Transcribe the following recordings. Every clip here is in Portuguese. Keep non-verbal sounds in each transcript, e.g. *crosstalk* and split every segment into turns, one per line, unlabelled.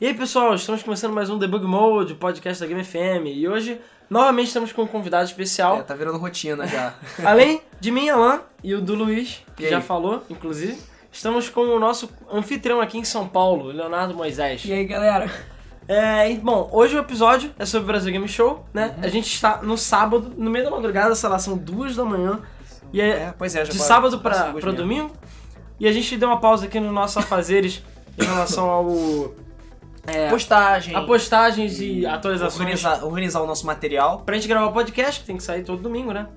E aí pessoal, estamos começando mais um Debug Mode, o podcast da Game FM. E hoje, novamente, estamos com um convidado especial.
É, tá virando rotina já.
Além de mim, Alan, e o do Luiz,
E
que
aí?
já falou, inclusive, estamos com o nosso anfitrião aqui em São Paulo, Leonardo Moisés.
*laughs* E aí, galera?
É, e, bom, hoje o episódio é sobre o Brasil Game Show, né?
Uhum.
A gente está no sábado, no meio da madrugada, sei lá, são duas da manhã. E é,
É, pois é, já
de
bora-
sábado
passa
pra,
duas
pra
mesmo.
domingo. E a gente deu uma pausa aqui no nosso afazeres em relação ao. É,
Postagem.
a postagens e atualizações.
organizar, organizar o nosso material.
Pra gente gravar o podcast, que tem que sair todo domingo, né?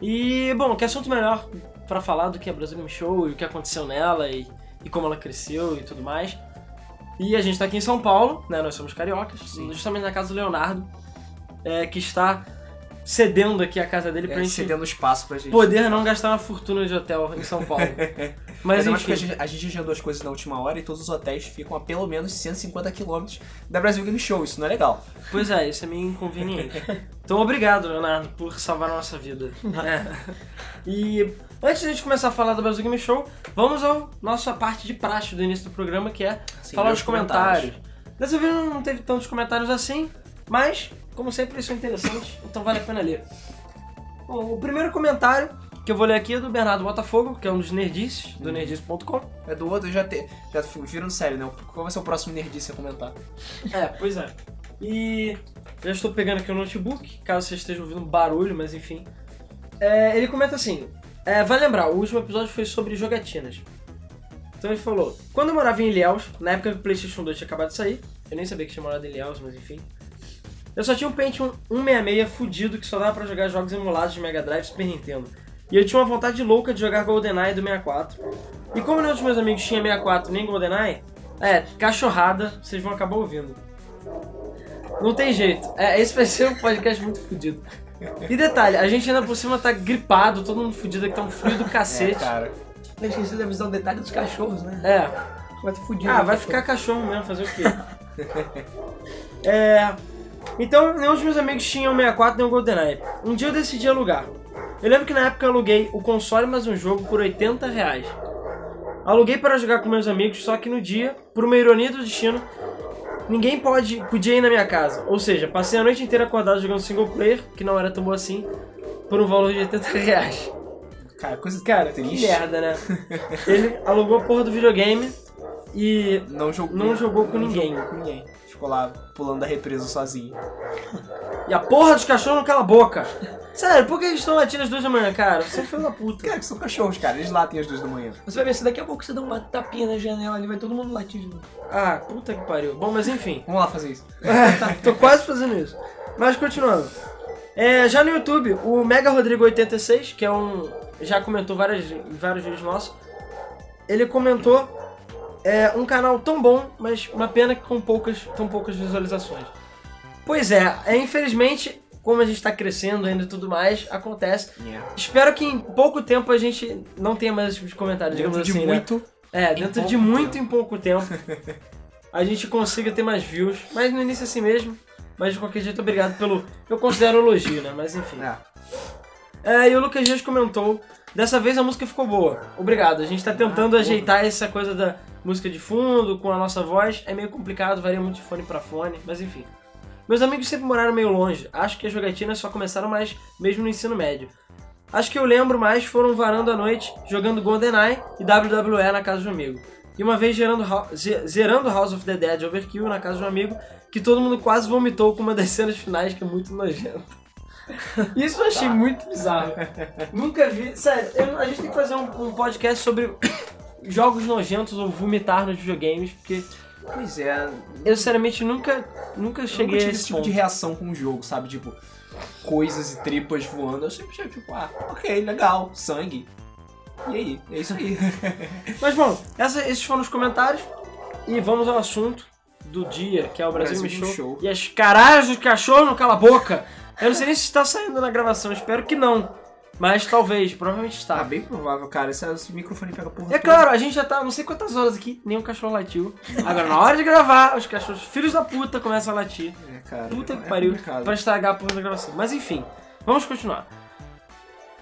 E, bom, que assunto melhor pra falar do que a Brasil Game Show e o que aconteceu nela e, e como ela cresceu e tudo mais. E a gente tá aqui em São Paulo, né? Nós somos cariocas,
Sim.
justamente na casa do Leonardo, é, que está cedendo aqui a casa dele pra
É,
gente
cedendo espaço pra gente.
poder não gastar uma fortuna de hotel em São
*laughs*
Paulo. Mas,
Mas eu acho
enfim,
que a gente, a gente agendou as coisas na última hora e todos os hotéis ficam a pelo menos 150 quilômetros da Brasil Game Show. Isso não é legal.
pois é, isso é meio inconveniente. Então, obrigado, Leonardo, por salvar a nossa vida. É. E antes de a gente começar a falar do Brasil Game Show, vamos à nossa parte de praxe do início do programa, que é
Assim,
falar
ler
os comentários. Dessa vez não teve tantos comentários assim, mas, como sempre, eles são interessantes, então vale a pena ler. Bom, o primeiro comentário que eu vou ler aqui é do Bernardo Botafogo, que é um dos nerdices, do nerdice.com.
É do outro, eu já te, já fui- virando sério, né? Qual vai ser o próximo nerdice a comentar?
É, pois é. E já estou pegando aqui o notebook, caso vocês estejam ouvindo um barulho, mas enfim. É, ele comenta assim: é, vai lembrar, o último episódio foi sobre jogatinas. Então ele falou: quando eu morava em Ilhéus, na época que o PlayStation 2 tinha acabado de sair, eu nem sabia que tinha morado em Ilhéus, mas enfim. Eu só tinha um Pentium 166 fudido que só dava pra jogar jogos emulados de Mega Drive e Super Nintendo. E eu tinha uma vontade louca de jogar GoldenEye do 64. E como nenhum dos meus amigos tinha 64 nem GoldenEye, é, cachorrada, vocês vão acabar ouvindo. Não tem jeito. É, esse vai ser um podcast muito fudido. E detalhe, a gente ainda por cima tá gripado, todo mundo fudido, que tá um frio do
*laughs* É,
cacete.
cara.
Eu esqueci da visão detalhe dos cachorros, né?
é.
Vai né, ter fudido.
Ah, vai ficar cachorro mesmo, fazer o quê? *laughs* é. Então, nenhum dos meus amigos tinha um o 64 nem o GoldenEye. Um dia eu decidi alugar. Eu lembro que na época eu aluguei o console mais um jogo por 80 reais. Aluguei para jogar com meus amigos, só que no dia, por uma ironia do destino, ninguém pode, podia ir na minha casa. Ou seja, passei a noite inteira acordado jogando single player, que não era tão bom assim, por um valor de 80 reais.
Cara, coisa
Cara, que
triste.
merda, né? Ele alugou a porra do videogame e
Não jogou,
Não jogou com
não
É. ninguém.
jogou com ninguém. Ficou lá pulando da represa sozinho.
E a porra dos cachorros não cala a boca. Sério, por que eles estão latindo às duas da manhã, cara? Você é filho da puta.
Cara, que são cachorros, cara. Eles latem às duas da manhã.
Você vai ver se daqui a pouco você dá uma tapinha na janela ali, vai todo mundo latir de novo.
Ah, puta que pariu. Bom, mas enfim.
Vamos lá fazer isso.
*laughs* Tô quase fazendo isso. Mas continuando. É, já no YouTube, o Mega Rodrigo 86, que é um. Já comentou várias, vários vídeos nossos. Ele comentou é, um canal tão bom, mas uma pena que com poucas, tão poucas visualizações. Pois é, é, infelizmente, como a gente tá crescendo ainda e tudo mais, acontece.
Yeah.
Espero que em pouco tempo a gente não tenha mais esse tipo de comentário, digamos
Dentro de
assim, né?
muito.
É,
em
dentro
pouco
de muito em pouco tempo
*laughs*
a gente consiga ter mais views, mas no início é assim mesmo. Mas de qualquer jeito, obrigado pelo. Eu considero um elogio, né? Mas enfim.
É.
É, e o Lucas Dias comentou: dessa vez a música ficou boa. Obrigado. A gente tá tentando
Ah, porra.
ajeitar essa coisa da música de fundo com a nossa voz. É meio complicado, varia muito de fone pra fone, mas enfim. Meus amigos sempre moraram meio longe. Acho que as jogatinas só começaram mais mesmo no ensino médio. As que eu lembro mais foram varando a noite, jogando GoldenEye e WWE na casa de um amigo. E uma vez gerando Hou- ze- zerando House of the Dead Overkill na casa de um amigo, que todo mundo quase vomitou com uma das cenas finais que é muito nojenta. Isso eu achei muito bizarro. Nunca vi. Sério, eu- a gente tem que fazer um, um podcast sobre *coughs* jogos nojentos ou vomitar nos videogames, porque
Pois é.
eu sinceramente nunca, nunca
Eu nunca
cheguei a
tive
esse
esse tipo
ponto.
de reação com o jogo, sabe? Tipo, coisas e tripas voando. Eu sempre achei, tipo, ah, ok, legal, sangue. E aí? É isso *laughs* aí.
Mas bom, essa- esses foram os comentários. E vamos ao assunto do dia, que é o Brasil,
Brasil
Me
Me
Show.
Show.
E as caralhos do cachorro não cala a boca. Eu não sei nem se está saindo na gravação, espero que não. Mas talvez, provavelmente
Tá
está.
bem provável, cara. Esse, é esse microfone pega porra.
E é
toda.
claro, a gente já tá não sei quantas horas aqui, nenhum cachorro latiu. Agora, na hora de gravar, os cachorros filhos da puta começam a latir.
É, cara.
Puta que
é
pariu,
complicado.
pra estragar a porra da gravação. Mas enfim, vamos continuar.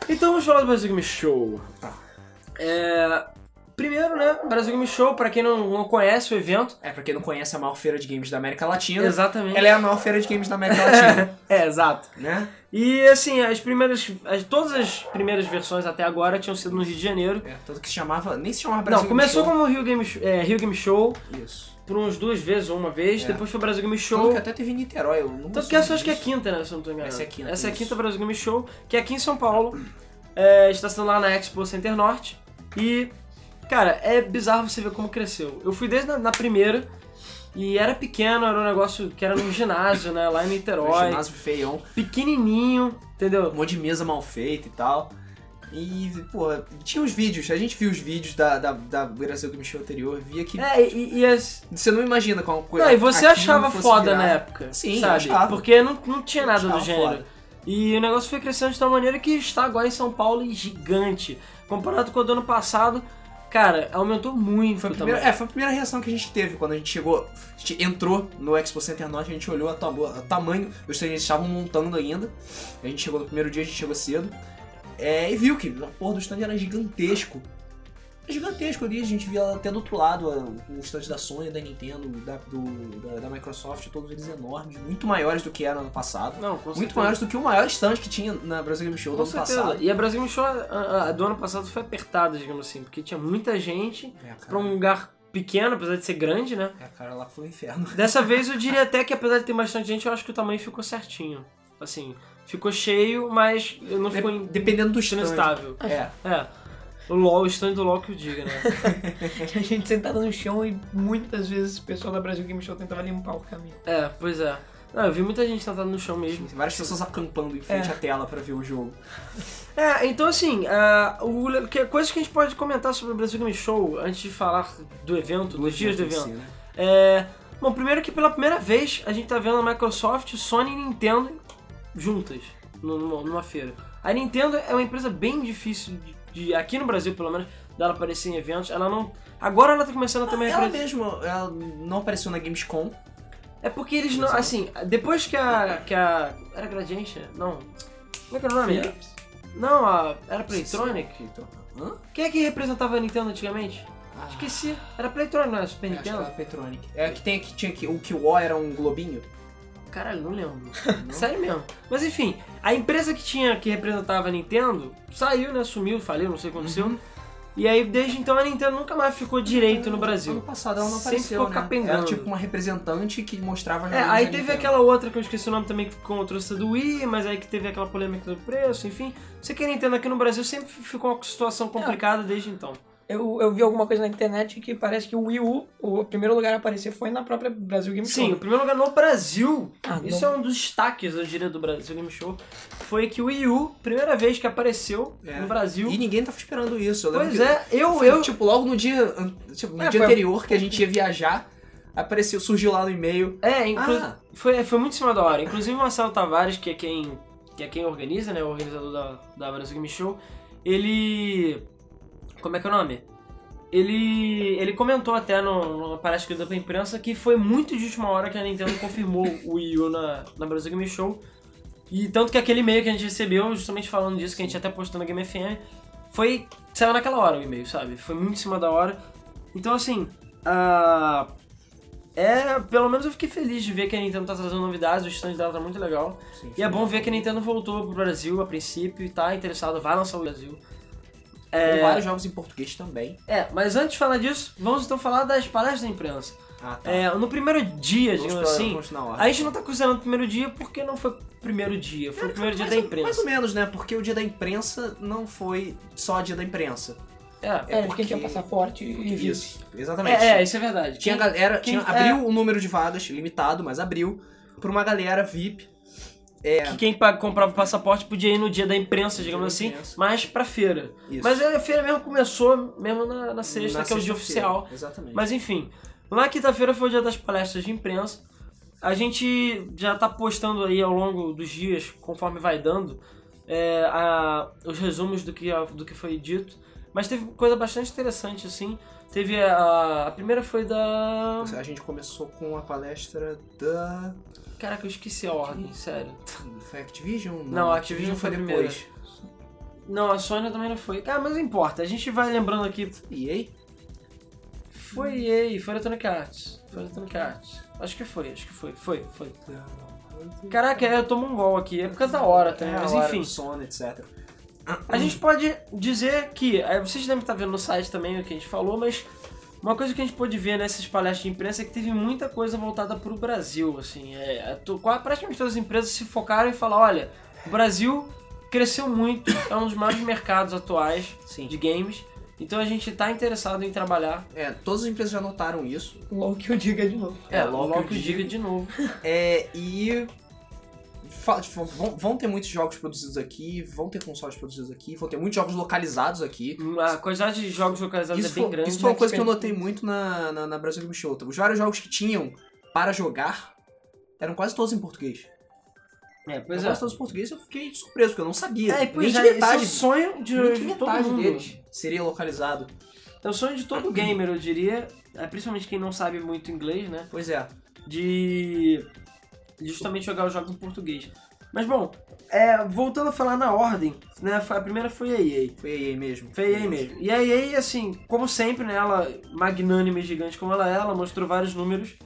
Então vamos falar do Brasil Game Show.
Tá.
É, Primeiro, né? Brasil Game Show, pra quem não, não conhece o evento.
É, pra quem não conhece, é a maior feira de games da América Latina.
Exatamente.
Ela é a maior feira de games da América
*laughs*
Latina,
é, exato.
né?
E assim, as primeiras. as- todas as primeiras versões até agora tinham sido no Rio de Janeiro.
É, tanto que se chamava, nem se chamava Brasil
Não, começou
Game
como Rio Game, Sh- é, Rio Game Show
Show. Isso.
por uns duas vezes ou uma vez,
É.
depois foi Brasil Game
Tanto
Show.
que até teve em Niterói, eu não
Tanto que essa eu acho que é a quinta, né? Se eu não tô enganado.
Essa é a quinta,
Essa é a
isso.
quinta Brasil Game Show, que é aqui em São Paulo. É, está sendo lá na Expo Center Norte. E, cara, é bizarro você ver como cresceu. Eu fui desde na, na primeira e era pequeno, era um negócio que era num ginásio, né? Lá em
Um
Niterói.
ginásio feião,
Pequenininho,
um
entendeu?
monte de mesa mal feita e tal. E, pô, tinha os vídeos, a gente viu os vídeos da, da, da Brasil Game Show anterior, via que
É, e, e as,
você não imagina qual coisa.
Não, e você
aquilo
achava
fosse
foda né?
virar.
na época.
Sim,
sabe?
achava.
Porque não, não tinha nada
Achava
do gênero.
foda.
E o negócio foi crescendo de tal maneira que está agora em São Paulo e gigante. Comparado com o do ano passado, cara, aumentou muito
Foi a,
o
primeira,
tamanho.
é, foi a primeira reação que a gente teve quando a gente chegou, a gente entrou no Expo Center Norte, a gente olhou a tabo- o tamanho, os três estavam montando ainda. A gente chegou no primeiro dia, a gente chegou cedo. é, e viu que a porra do stand era gigantesco. Era gigantesco ali, a gente via até do outro lado a- o stand da Sony, da Nintendo, da, do- da, da Microsoft, todos eles enormes, muito maiores do que eram no passado.
Não, com
Muito
certeza.
maiores do que o maior stand que tinha na Brasil Game Show do
Com
ano
certeza.
passado.
E a Brasil Game Show a- a- do ano passado foi apertada, digamos assim, porque tinha muita gente
É, cara,
pra um lugar pequeno, apesar de ser grande, né?
é, cara, lá foi um inferno.
Dessa vez eu diria até que apesar de ter bastante gente, eu acho que o tamanho ficou certinho. Assim, ficou cheio, mas não ficou
De- dependendo do stand.
insustentável.
É.
É. O LOL, o stand do LOL que eu diga, né?
Tinha gente sentada no chão e muitas vezes o pessoal da Brasil Game Show tentava limpar o caminho.
*laughs* É, pois é. Não, eu vi muita gente sentado no chão mesmo.
Várias pessoas acampando em frente à tela pra ver o jogo.
É, então assim, a o, le- que, coisas que a gente pode comentar sobre o Brasil Game Show antes de falar do evento, dos dias do
Em si,
evento.
né?
É, bom, primeiro que pela primeira vez a gente tá vendo a Microsoft, Sony e Nintendo juntas nu- numa, numa feira. A Nintendo é uma empresa bem difícil de, de- aqui no Brasil pelo menos, dela aparecer em eventos. Ela não. Agora ela tá começando a também a
Ela
apare-
mesma ela não apareceu na Gamescom.
É porque eles não.
Exato.
Assim, depois que a. que a. Era Gradientia? Não. Como é que era o nome? Não, a. Era Playtronic?
Hã?
Quem é que representava a Nintendo antigamente?
Então. Ah,
Esqueci. Era Playtronic, não era Super
acho que era
Nintendo?
a Playtronic. É que tem que tinha que o QO era um globinho.
Caralho, não *laughs* lembro. Sério mesmo. Mas enfim, a empresa que tinha que representava a Nintendo saiu, né? Sumiu, faliu, não sei o que aconteceu. E aí, desde então, a Nintendo nunca mais ficou direito no Brasil.
Ano passado ela não
Sempre
apareceu,
ficou
né?
capengando.
Era tipo uma representante que mostrava
É,
jogos
aí
da
teve
Nintendo.
aquela outra que eu esqueci o nome também que encontrou essa do Wii, mas aí que teve aquela polêmica do preço, enfim. Você que a Nintendo aqui no Brasil sempre ficou uma situação complicada desde então.
Eu, eu vi alguma coisa na internet que parece que o Wii U, o primeiro lugar a aparecer foi na própria Brasil Game
Sim, o
Show.
primeiro lugar no Brasil,
Ah,
isso
não.
é um dos destaques, eu diria, do Brasil Game Show, foi que o Wii U, primeira vez que apareceu
É.
no Brasil.
E ninguém tava esperando isso. Eu lembro
Pois
que-
é, eu, eu,
Tipo, logo no dia, an- tipo, no
É,
dia
foi-
anterior que a gente ia viajar, apareceu, surgiu lá no e-mail.
É, inclu...
Ah.
foi, foi muito em cima da hora. Inclusive o Marcelo Tavares, que é quem, que é quem organiza, né? O organizador da, da Brasil Game Show, ele. Como é que é o nome? Ele. ele comentou até no, no palestra que deu pra imprensa que foi muito de última hora que a Nintendo confirmou o Wii U na, na Brasil Game Show. E tanto que aquele e-mail que a gente recebeu, justamente falando disso, que a gente até postou na Game FM, foi. saiu naquela hora o e-mail, sabe? Foi muito em cima da hora. Então assim. a é, pelo menos eu fiquei feliz de ver que a Nintendo tá trazendo novidades, o stand dela tá muito legal. E é bom ver que a Nintendo voltou pro Brasil a princípio e tá interessada, vai lançar o Brasil.
Com vários jogos em português também.
É, mas antes de falar disso, vamos então falar das palestras da imprensa.
Ah, tá.
É, no primeiro dia,
Vamos
digamos
pra-
assim,
vamos é na ordem.
a gente não tá considerando o primeiro dia porque não foi o primeiro dia, foi o primeiro dia da
mais, ou- mais ou
imprensa.
menos, né? Porque o dia da imprensa não foi só dia da imprensa.
É,
É,
porque-
porque tinha passaporte e visto.
Isso, exatamente.
é, é, isso é verdade.
Tinha galera,
quem- é.
tinha, abriu o número de vagas, limitado, mas abriu, pra uma galera VIP.
que quem pa- comprava o passaporte podia ir no dia da imprensa, digamos
Dia da
assim,
imprensa.
mas pra feira.
Isso.
Mas é, a feira mesmo começou mesmo na, na sexta,
Na
que é o dia
sexta-feira,
oficial.
Exatamente.
Mas enfim, na quinta-feira foi o dia das palestras de imprensa. A gente já tá postando aí ao longo dos dias, conforme vai dando, é, a- os resumos do que, do que foi dito. Mas teve coisa bastante interessante, assim. Teve a. A primeira foi da.
A gente começou com a palestra da.
Caraca, eu esqueci a ordem, sério.
Foi Activision?
Não, a Activision foi a primeira.
depois.
Ah, Não, a Sony também não foi. Cara, mas não importa, a gente vai lembrando aqui
E aí?
Foi EA, foi Electronic Arts. Foi Electronic Arts. Acho que foi, acho que foi, foi, foi. Caraca, é, eu tomo um gol aqui, é por causa da hora também,
É,
mas
a hora
enfim.
do sono, etc.
A gente pode dizer que, eh, vocês devem estar vendo no site também o que a gente falou, mas uma coisa que a gente pôde ver nessas palestras de imprensa é que teve muita coisa voltada para o Brasil, assim, é, é, to- qua- praticamente todas as empresas se focaram em falar, olha, o Brasil cresceu muito, é um dos maiores mercados atuais
Sim.
de games, então a gente está interessado em trabalhar,
É, todas as empresas já notaram isso.
LOL que eu diga de novo.
é,
É,
logo,
logo
logo
eu
que eu diga
digo.
de novo.
É, e. fa- tipo, vão, vão ter muitos jogos produzidos aqui, vão ter consoles produzidos aqui, vão ter muitos jogos localizados aqui.
A quantidade de jogos localizados
Isso
é bem
foi,
grande.
isso foi uma
né,
coisa que eu
tem-
notei muito na, na, na Brasil Game Show. Os vários jogos que tinham para jogar eram quase todos em português.
É, pois
Eram
é.
quase todos em português eu fiquei surpreso, porque eu não sabia.
É, pois é,
nem
esse
de
é o
metade,
sonho de,
nem de
de todo
metade
mundo.
deles seria localizado.
É o sonho de todo gamer, eu diria, é, principalmente quem não sabe muito inglês, né?
Pois é.
De de justamente jogar os jogos em português. Mas bom, é, voltando a falar na ordem, né? A primeira foi a EA.
Foi a EA mesmo.
Foi a EA mesmo. E a EA, assim, como sempre, né? Ela, magnânime e gigante como ela é, ela mostrou vários números.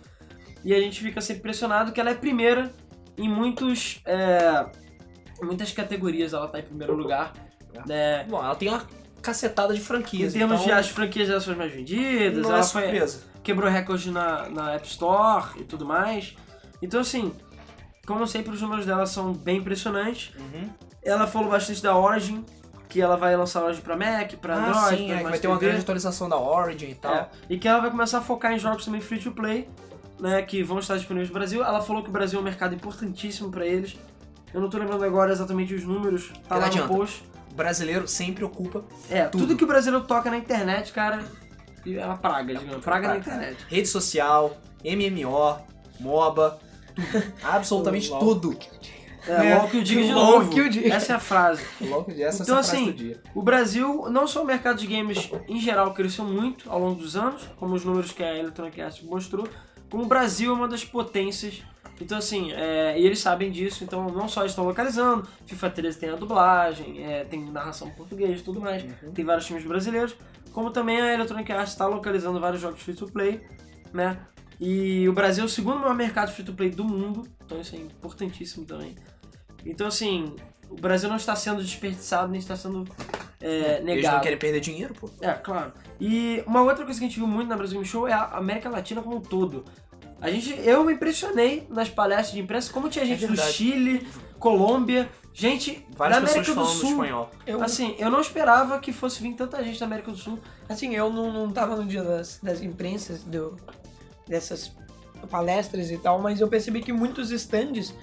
E a gente fica sempre impressionado que ela é primeira em muitos. é, em muitas categorias ela tá em primeiro lugar. Né?
Bom, ela tem uma cacetada de
Em
franquias.
termos
então,
de as franquias das suas mais vendidas,
não
ela
é
foi,
surpresa.
quebrou recorde na, na App Store e tudo mais. Então, assim, como sempre, os números dela são bem impressionantes.
Uhum.
Ela falou bastante da Origin, que ela vai lançar hoje pra Mac, pra
Ah,
Android,
sim,
pra
é, que
Smart
vai ter uma
TV.
grande atualização da Origin e tal.
É, E que ela vai começar a focar em jogos também free to play, né, que vão estar disponíveis no Brasil. Ela falou que o Brasil é um mercado importantíssimo pra eles. Eu não tô lembrando agora exatamente os números, tá
Não
lá no
adianta.
post.
O brasileiro sempre ocupa
É, tudo.
Tudo.
que o brasileiro toca na internet, cara, ela praga, digamos, praga na
praga. *laughs*
internet.
rede social, MMO, *laughs* MOBA, tudo. absolutamente
LOL.
tudo.
É,
É,
logo que eu diga de
logo
novo.
que eu diga.
Essa é a frase.
Logo dessa
Então,
essa frase
assim,
do dia.
O Brasil, não só o mercado de games em geral cresceu muito ao longo dos anos, como os números que a Electronic Arts mostrou, como o Brasil é uma das potências. Então, assim, é, e eles sabem disso, então não só estão localizando, FIFA 13 tem a dublagem, é, tem narração em português e tudo mais, tem vários times brasileiros, como também a Electronic Arts está localizando vários jogos free to play, né? E o Brasil é o segundo maior mercado free to play do mundo, então isso é importantíssimo também. Então, assim, o Brasil não está sendo desperdiçado, nem está sendo é,
Eles não
negado.
querem perder dinheiro, pô.
É, claro. E uma outra coisa que a gente viu muito na Brasil Game Show é a América Latina como um todo. A gente, eu me impressionei nas palestras de imprensa como tinha gente do
É verdade.
Chile, Colômbia, gente
Várias
da
pessoas
América do
falando
Sul.
espanhol.
Eu,
Assim, eu não esperava que fosse vir tanta gente da América do Sul.
assim, eu não, não tava no dia das, das imprensas, do, dessas palestras e tal, mas eu percebi que muitos stands,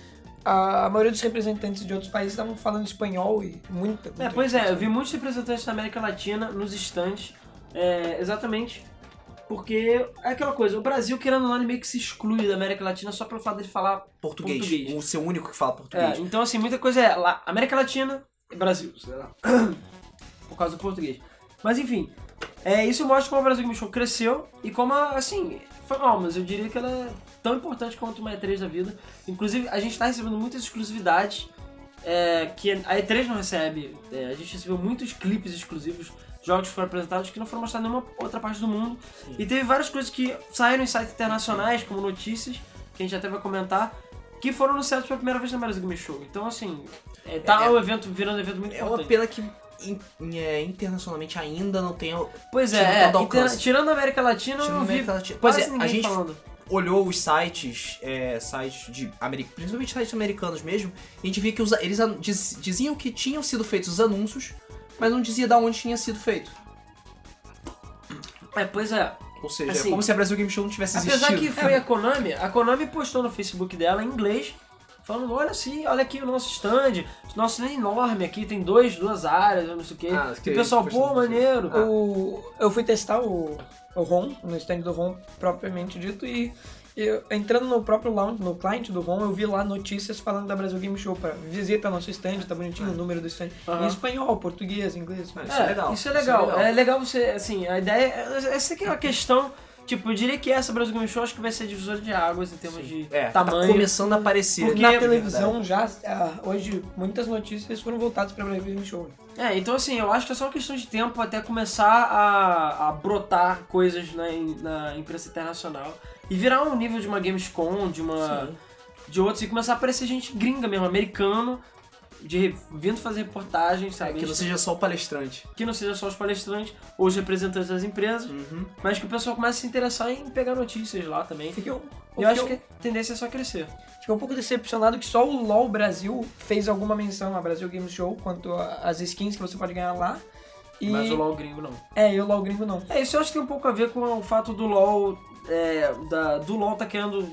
a, a maioria dos representantes de outros países estavam falando espanhol e muita.
É,
muita
pois
gente.
é, eu vi muitos representantes da América Latina nos estantes, é, exatamente porque é aquela coisa, o Brasil, querendo ou não, ele meio que se exclui da América Latina só pelo fato de falar
Português.
Português.
O seu único que fala
É,
português.
então assim, muita coisa é lá, América Latina e Brasil, sei lá. *coughs* Por causa do português. Mas enfim, é, isso mostra como o Brasil Game Show cresceu e como, a, assim, foi mal, mas eu diria que ela é tão importante quanto uma E3 da vida. Inclusive, a gente tá recebendo muitas exclusividades é, que a E3 não recebe. É, a gente recebeu muitos clipes exclusivos, jogos que foram apresentados que não foram mostrados em nenhuma outra parte do mundo. E teve várias coisas que saíram em sites internacionais, como notícias, que a gente até vai comentar, que foram anunciados pela primeira vez na Brasil Game Show. Então, assim, é, tá
É-
o evento virando um evento muito
É, uma
importante.
pena que in- in- é, internacionalmente ainda não tem.
Pois é,
Tirando
é,
todo
interna-
alcance.
tirando a América Latina, eu
Tirando a
não vi
América Latina.
quase
Pois é, a
ninguém
gente-
falando.
Olhou os sites, é, sites de ameri- principalmente sites americanos mesmo, e a gente via que os- eles an- diz- diziam que tinham sido feitos os anúncios, mas não dizia de onde tinha sido feito.
É, pois é.
Ou seja, é
Assim,
como se a Brasil Game Show não tivesse
Apesar
existido.
que foi a Konami, a Konami postou no Facebook dela em inglês, falando, olha sim, olha aqui o nosso stand, o nosso stand é enorme aqui, tem dois, duas áreas, eu não sei o quê.
Ah,
e
ok,
o pessoal,
postou
pô,
no Facebook.
maneiro.
Ah.
O- eu fui testar o, o ROM, no stand do ROM propriamente dito, e eu- entrando no próprio lounge, no client do ROM, eu vi lá notícias falando da Brasil Game Show. Pra, visita nosso stand, tá bonitinho o número do stand.
Ah. Aham.
Em espanhol, português, inglês.
Ah,
Mas...
Isso é legal,
Isso é legal.
isso é legal.
É legal você, assim, a ideia. Essa aqui é uma questão Tipo, eu diria que essa Brasil Game Show acho que vai ser divisor de águas em termos de
É, tá
tamanho.
começando a aparecer.
Porque-
na
é
televisão já, ah, hoje, muitas notícias foram voltadas pra Brasil Game Show.
É, então assim, eu acho que é só uma questão de tempo até começar a, a brotar coisas na, im- na imprensa internacional e virar um nível de uma Gamescom, de uma. de outros, e começar a aparecer gente gringa mesmo, americano, de, re- vindo fazer reportagens,
É,
sabe?
que não seja só o palestrante.
que não seja só os palestrantes ou os representantes das empresas,
Uhum.
mas que o pessoal comece a se interessar em pegar notícias lá também.
Fiquei um,
E eu acho que a tendência é só crescer.
Fiquei um pouco decepcionado que só o LoL Brasil fez alguma menção a Brasil Game Show quanto a- às skins que você pode ganhar lá. E,
Mas o LoL gringo não.
É, e o LoL gringo não.
É, isso eu acho que tem um pouco a ver com o fato do LoL. é, da, do LoL tá querendo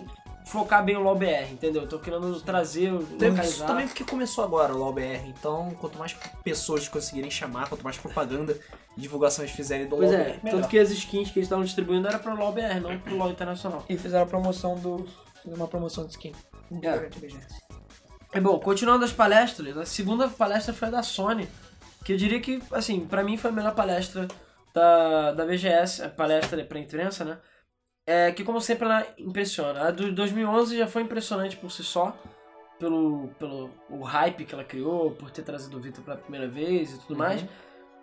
focar bem o LoL BR, entendeu? Tô querendo trazer,
Então, Isso
localizar.
também é porque começou agora o LOLBR, então quanto mais pessoas conseguirem chamar, quanto mais propaganda e divulgação eles fizerem do
Pois
LOL
é,
BR, melhor.
tanto que as skins que eles estavam distribuindo era pro LoL BR, não pro LoL Internacional.
E fizeram a promoção do. Fizeram uma promoção de skin.
É.
Durante o BGS.
É bom, continuando as palestras, a segunda palestra foi a da Sony, que eu diria que, assim, pra mim foi a melhor palestra da, da VGS, a palestra pra imprensa, né? É, que como sempre ela impressiona. A do 2011 já foi impressionante por si só, pelo, pelo o hype que ela criou, por ter trazido o Victor pela primeira vez e tudo
Uhum.
mais.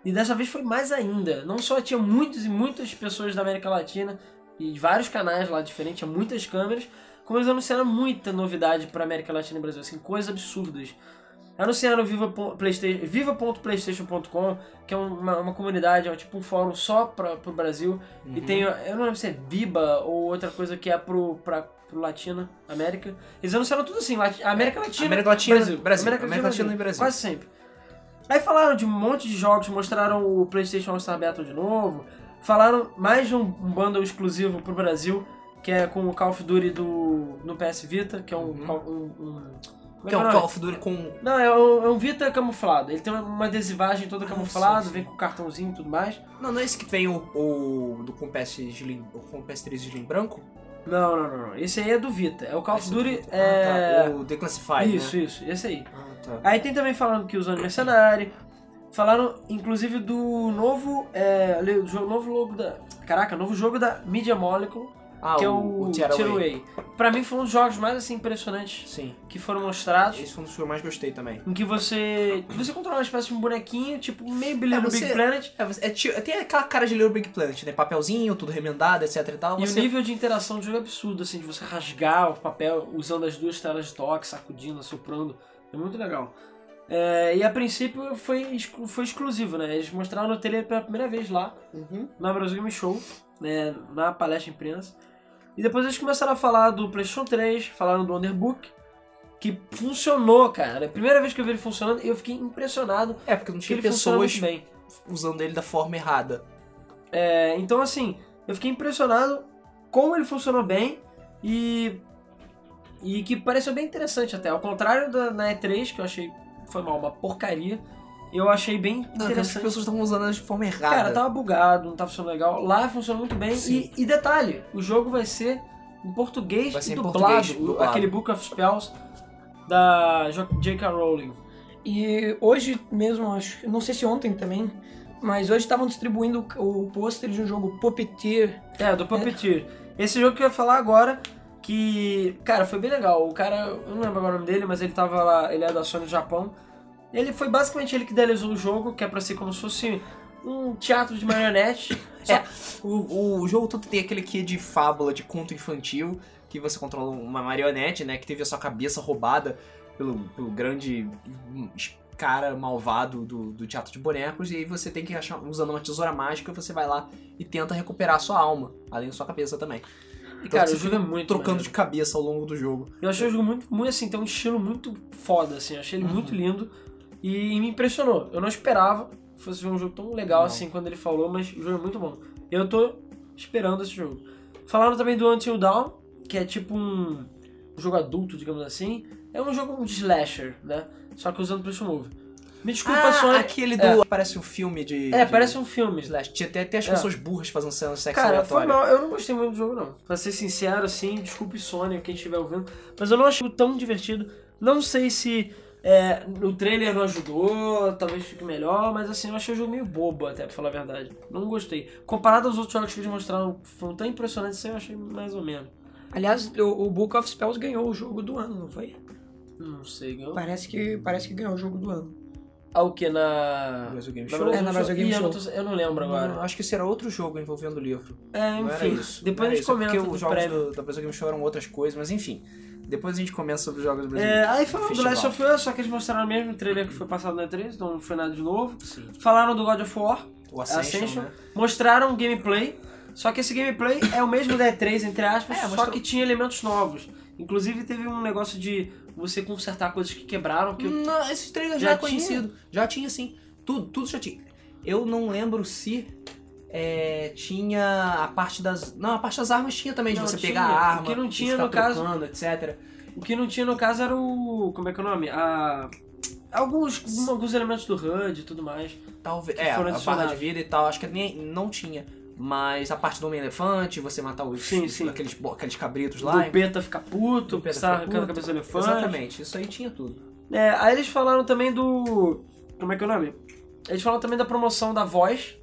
E dessa vez foi mais ainda. Não só tinha muitas e muitas pessoas da América Latina e de vários canais lá diferentes, tinha muitas câmeras, como eles anunciaram muita novidade pra América Latina e Brasil, assim, coisas absurdas. Anunciaram o Viva po- Playsta- viva.playstation.com, que é uma, uma comunidade, é tipo um fórum só pra, pro Brasil. E
Uhum.
tem, eu não lembro se é Biba ou outra coisa que é pro, pra, pro Latina, América. Eles anunciaram tudo assim, Lati- América Latina,
É, América Latina,
Brasil.
Brasil. América Latina e Brasil.
Quase sempre. Aí falaram de um monte de jogos, mostraram o PlayStation All-Star Battle de novo, falaram mais de um, um bundle exclusivo pro Brasil, que é com o Call of Duty do, no PS Vita, que é um...
Uhum.
cal- um- um- como
Que é
o
um
nome?
Call of Duty com
Não, é um, é um Vita camuflado. Ele tem uma, uma adesivagem
Ah,
toda camuflada, vem com cartãozinho e tudo mais.
Não, não é esse que tem o, o do com PS Slim, o com PS3 Slim branco?
Não, não, não, não. Esse aí é do Vita. É o Call of
Esse
Duty.
do-
É...
Ah, tá, o Declassified,
isso,
né?
isso. Esse aí.
Ah, tá.
Aí tem também falando que usando mercenário. Falaram, inclusive, do novo. É, le- jo- novo logo da. Caraca, novo jogo da Media Molecule,
Ah,
que é o,
o Tearaway.
Tearaway. Pra mim foi um dos jogos mais assim, impressionantes
Sim.
que foram mostrados.
Esse foi um dos que eu mais gostei também.
Em que você. Você controla uma espécie de um bonequinho, tipo, meio
É,
bilhão do
você-
Big Planet.
É, você- é ti- tem aquela cara de Little Big Planet, né? Papelzinho, tudo remendado, etc e tal.
E
Você-
o nível de interação do jogo é absurdo, assim, de você rasgar o papel usando as duas telas de toque, sacudindo, soprando. É muito legal. É, e a princípio foi, exclu- foi exclusivo, né? Eles mostraram o trailer pela primeira vez lá
Uhum.
na Brasil Game Show, né? Na palestra imprensa. E depois eles começaram a falar do PlayStation 3, falaram do Underbook, que funcionou, cara. É a primeira vez que eu vi ele funcionando e eu fiquei impressionado
É, porque não
que
tinha
ele funciona
pessoas
muito bem.
usando ele da forma errada.
É, então, assim, eu fiquei impressionado como ele funcionou bem e. E que pareceu bem interessante até. Ao contrário da na E3, que eu achei. Foi mal, uma porcaria. Eu achei bem
Não, porque as
interessante.
pessoas estavam usando ele de forma errada.
Cara, tava bugado, não tava funcionando legal. Lá funciona muito bem.
Sim.
E, e detalhe, o jogo vai ser em português
Vai ser
e
em
dublado,
português,
o-
dublado.
Aquele Book of Spells da Jo- J.K. Rowling.
E hoje mesmo, acho, não sei se ontem também, mas hoje estavam distribuindo o pôster de um jogo Puppeteer.
É, do Puppeteer. Esse jogo que eu ia falar agora, que, cara, foi bem legal. O cara, eu não lembro agora o nome dele, mas ele tava lá, ele é da Sony do Japão. Ele foi basicamente ele que idealizou o jogo, que é pra ser como se fosse um teatro de marionete.
O, o jogo todo tem aquele que de fábula, de conto infantil, que você controla uma marionete, né? Que teve a sua cabeça roubada pelo, pelo grande hum, cara malvado do, do teatro de bonecos. E aí você tem que achar, usando uma tesoura mágica, você vai lá e tenta recuperar a sua alma, além da sua cabeça também. Então
E, cara,
você
o jogo é muito
Trocando
maneiro.
de cabeça ao longo do jogo.
Eu achei o jogo muito, muito assim, tem um estilo muito foda, assim. Eu achei ele
Uhum.
muito lindo e me impressionou. Eu não esperava que fosse ver um jogo tão legal
Não.
assim quando ele falou, mas o jogo é muito bom. Eu tô esperando esse jogo. Falaram também do Until Dawn, que é tipo um jogo adulto, digamos assim. É um jogo de slasher, né? Só que usando o Playstation Move. Me desculpa,
ah,
Sony.
aquele do. Parece um filme de.
É,
de-
parece um filme.
Slash. Tinha até, até as
É.
pessoas burras fazendo cena de sexo
Cara, foi
aleatório.
mal. Eu não gostei muito do jogo, não. Pra ser sincero, assim, desculpe Sony, quem estiver ouvindo. Mas eu não achei tão divertido. Não sei se É, o trailer não ajudou, talvez fique melhor, mas assim, eu achei o jogo meio bobo até, pra falar a verdade. Não gostei. Comparado aos outros jogos que eles mostraram, foram tão impressionantes, assim, eu achei mais ou menos.
Aliás, o, o Book of Spells ganhou o jogo do ano, não foi?
Não sei, ganhou.
Parece que, parece que ganhou o jogo do ano.
Ah, o que? Na.
Brasil Game
na
Show.
É, na Brasil Game
Ih, eu não
Show.
tô- Eu não lembro
Não,
agora.
acho que será outro jogo envolvendo o livro.
É,
Não era
enfim.
isso. não
Depois
era
a gente
isso, é
comenta
Porque
do
os jogos
prévio.
do, da Brasil Game Show eram outras coisas, mas enfim. Depois a gente começa sobre os jogos do Brasil.
É, aí falando do
Festival.
Last of Us, só que eles mostraram mesmo o trailer que foi passado na E3, então não foi nada de novo.
Sim.
Falaram do God of War,
O Ascension,
Ascension,
né?
mostraram gameplay, só que esse gameplay é o mesmo da E3, entre aspas,
É,
só
mostrou-
que tinha elementos novos. Inclusive teve um negócio de você consertar coisas que quebraram, que eu-
Não, esse trailer já,
Já
é conhecido. Já tinha, sim. Tudo, tudo já tinha. Eu não lembro se é, tinha a parte das. Não, a parte das armas tinha também, de
Não,
você
tinha.
pegar a arma.
O que não tinha,
e ficar
no caso-
trocando, etc.
o que não tinha no caso era o... como é que é o nome? A- Alguns, alguns elementos do HUD e tudo mais.
Talvez.
Que
É,
foram
a barra
adicionados.
de vida e tal, acho que nem, não tinha. Mas a parte do Homem-Elefante, você matar os,
Sim, sim.
Aqueles, bo- aqueles cabritos lá.
Do Beta ficar puto,
Do Beta
precisar
ficar
arrancando a
puto.
cabeça do elefante.
Exatamente, isso aí tinha tudo.
É, aí eles falaram também do. Como é que é o nome? Eles falaram também da promoção da voz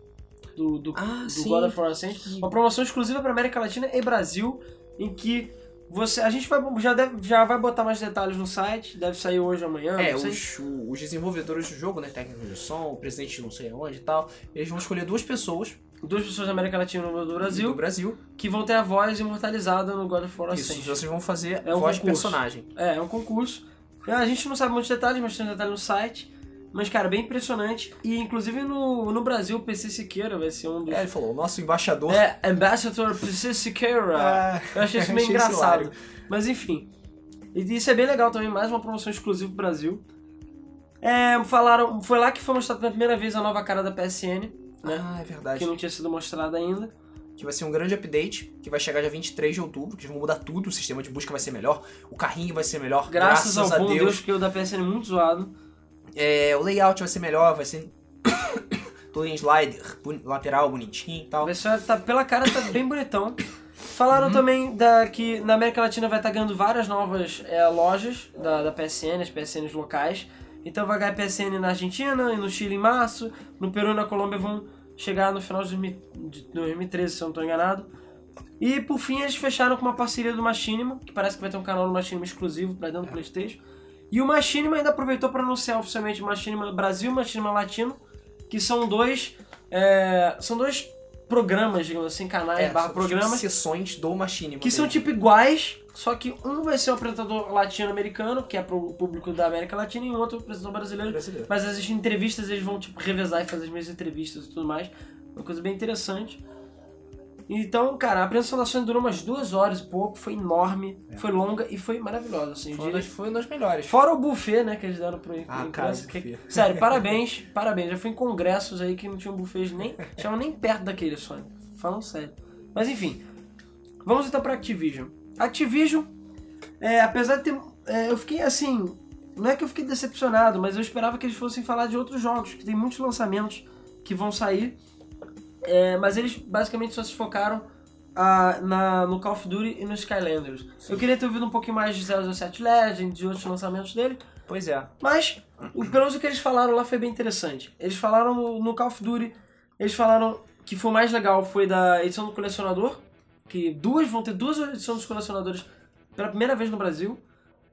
do, do,
Ah,
do
sim.
God of War assim, Ascension. Uma promoção exclusiva para América Latina e Brasil, em que você. A gente vai, já, deve, já vai botar mais detalhes no site, deve sair hoje ou amanhã.
É,
não sei.
os, o- os desenvolvedores do jogo, né? Técnicos de som, o presidente de não sei onde e tal, eles vão escolher duas pessoas
Duas pessoas da América Latina e uma do Brasil
do Brasil.
que vão ter a voz imortalizada no God of War
Isso,
Ascension.
vocês vão fazer
É um
voz de
concurso.
personagem.
É, é um concurso. A gente não sabe muitos detalhes, mas tem um detalhe no site. Mas, cara, bem impressionante. E, inclusive, no, no Brasil, o PC Siqueira vai ser um dos
É, ele falou, o nosso embaixador.
É, Ambassador PC Siqueira.
Ah,
Eu *laughs* achei isso meio
achei isso
engraçado.
hilário.
Mas enfim. E isso é bem legal também, mais uma promoção exclusiva pro Brasil. É, falaram. Foi lá que foi mostrada pela primeira vez a nova cara da PSN, né?
Ah, é verdade.
que não tinha sido mostrada ainda.
que vai ser um grande update, que vai chegar dia 23 de outubro, que eles vão mudar tudo, o sistema de busca vai ser melhor, o carrinho vai ser melhor,
Graças, ao
a
bom Deus.
Deus.
que o da PSN é muito zoado.
É, o layout vai ser melhor, vai ser *coughs* tudo em slider, boni- lateral, bonitinho e tal.
Mas só tá, pela cara tá bem bonitão. Falaram também da, que na América Latina vai estar ganhando várias novas é, lojas da, da PSN, as PSNs locais. Então vai ganhar PSN na Argentina e no Chile em março. No Peru e na Colômbia vão chegar no final de 2000 de 2013, se eu não estou enganado. E por fim eles fecharam com uma parceria do Machinima, que parece que vai ter um canal do Machinima exclusivo para dentro do Playstation. E o Machinima ainda aproveitou para anunciar oficialmente o Machinima Brasil e o Machinima Latino, que são dois. é, são dois programas, digamos assim, canais barra
são,
programas,
tipo, sessões do Machinima.
que são
mesmo.
tipo iguais, só que um vai ser um apresentador latino-americano, que é pro público da América Latina, e um outro apresentador brasileiro,
brasileiro.
mas existem entrevistas, eles vão tipo revezar e fazer as mesmas entrevistas e tudo mais. Uma coisa bem interessante. Então, cara, a apresentação da Sony durou umas duas horas e pouco, foi enorme, foi longa e foi maravilhosa, assim, eu
É. Foi um
diria.
das- Foi um dos melhores.
Fora o buffet, né, que eles deram pro
Ah,
pro
cara,
ingresso, que-
buffet.
Sério, parabéns, parabéns. Eu fui em congressos aí que não tinham buffets nem. Chama nem perto daquele, Sony. Falando sério. Mas enfim. Vamos então pra Activision. Activision, é, apesar de ter. é, eu fiquei assim. Não é que eu fiquei decepcionado, mas eu esperava que eles fossem falar de outros jogos, que tem muitos lançamentos que vão sair. É, mas eles basicamente só se focaram ah, na, no Call of Duty e no Skylanders. Eu queria ter ouvido um pouquinho mais de 007 Legend, de outros lançamentos dele,
Pois é.
mas, o, pelo menos o que eles falaram lá foi bem interessante. Eles falaram no, no Call of Duty, eles falaram que foi o mais legal foi da edição do colecionador, que duas vão ter duas edições dos colecionadores pela primeira vez no Brasil.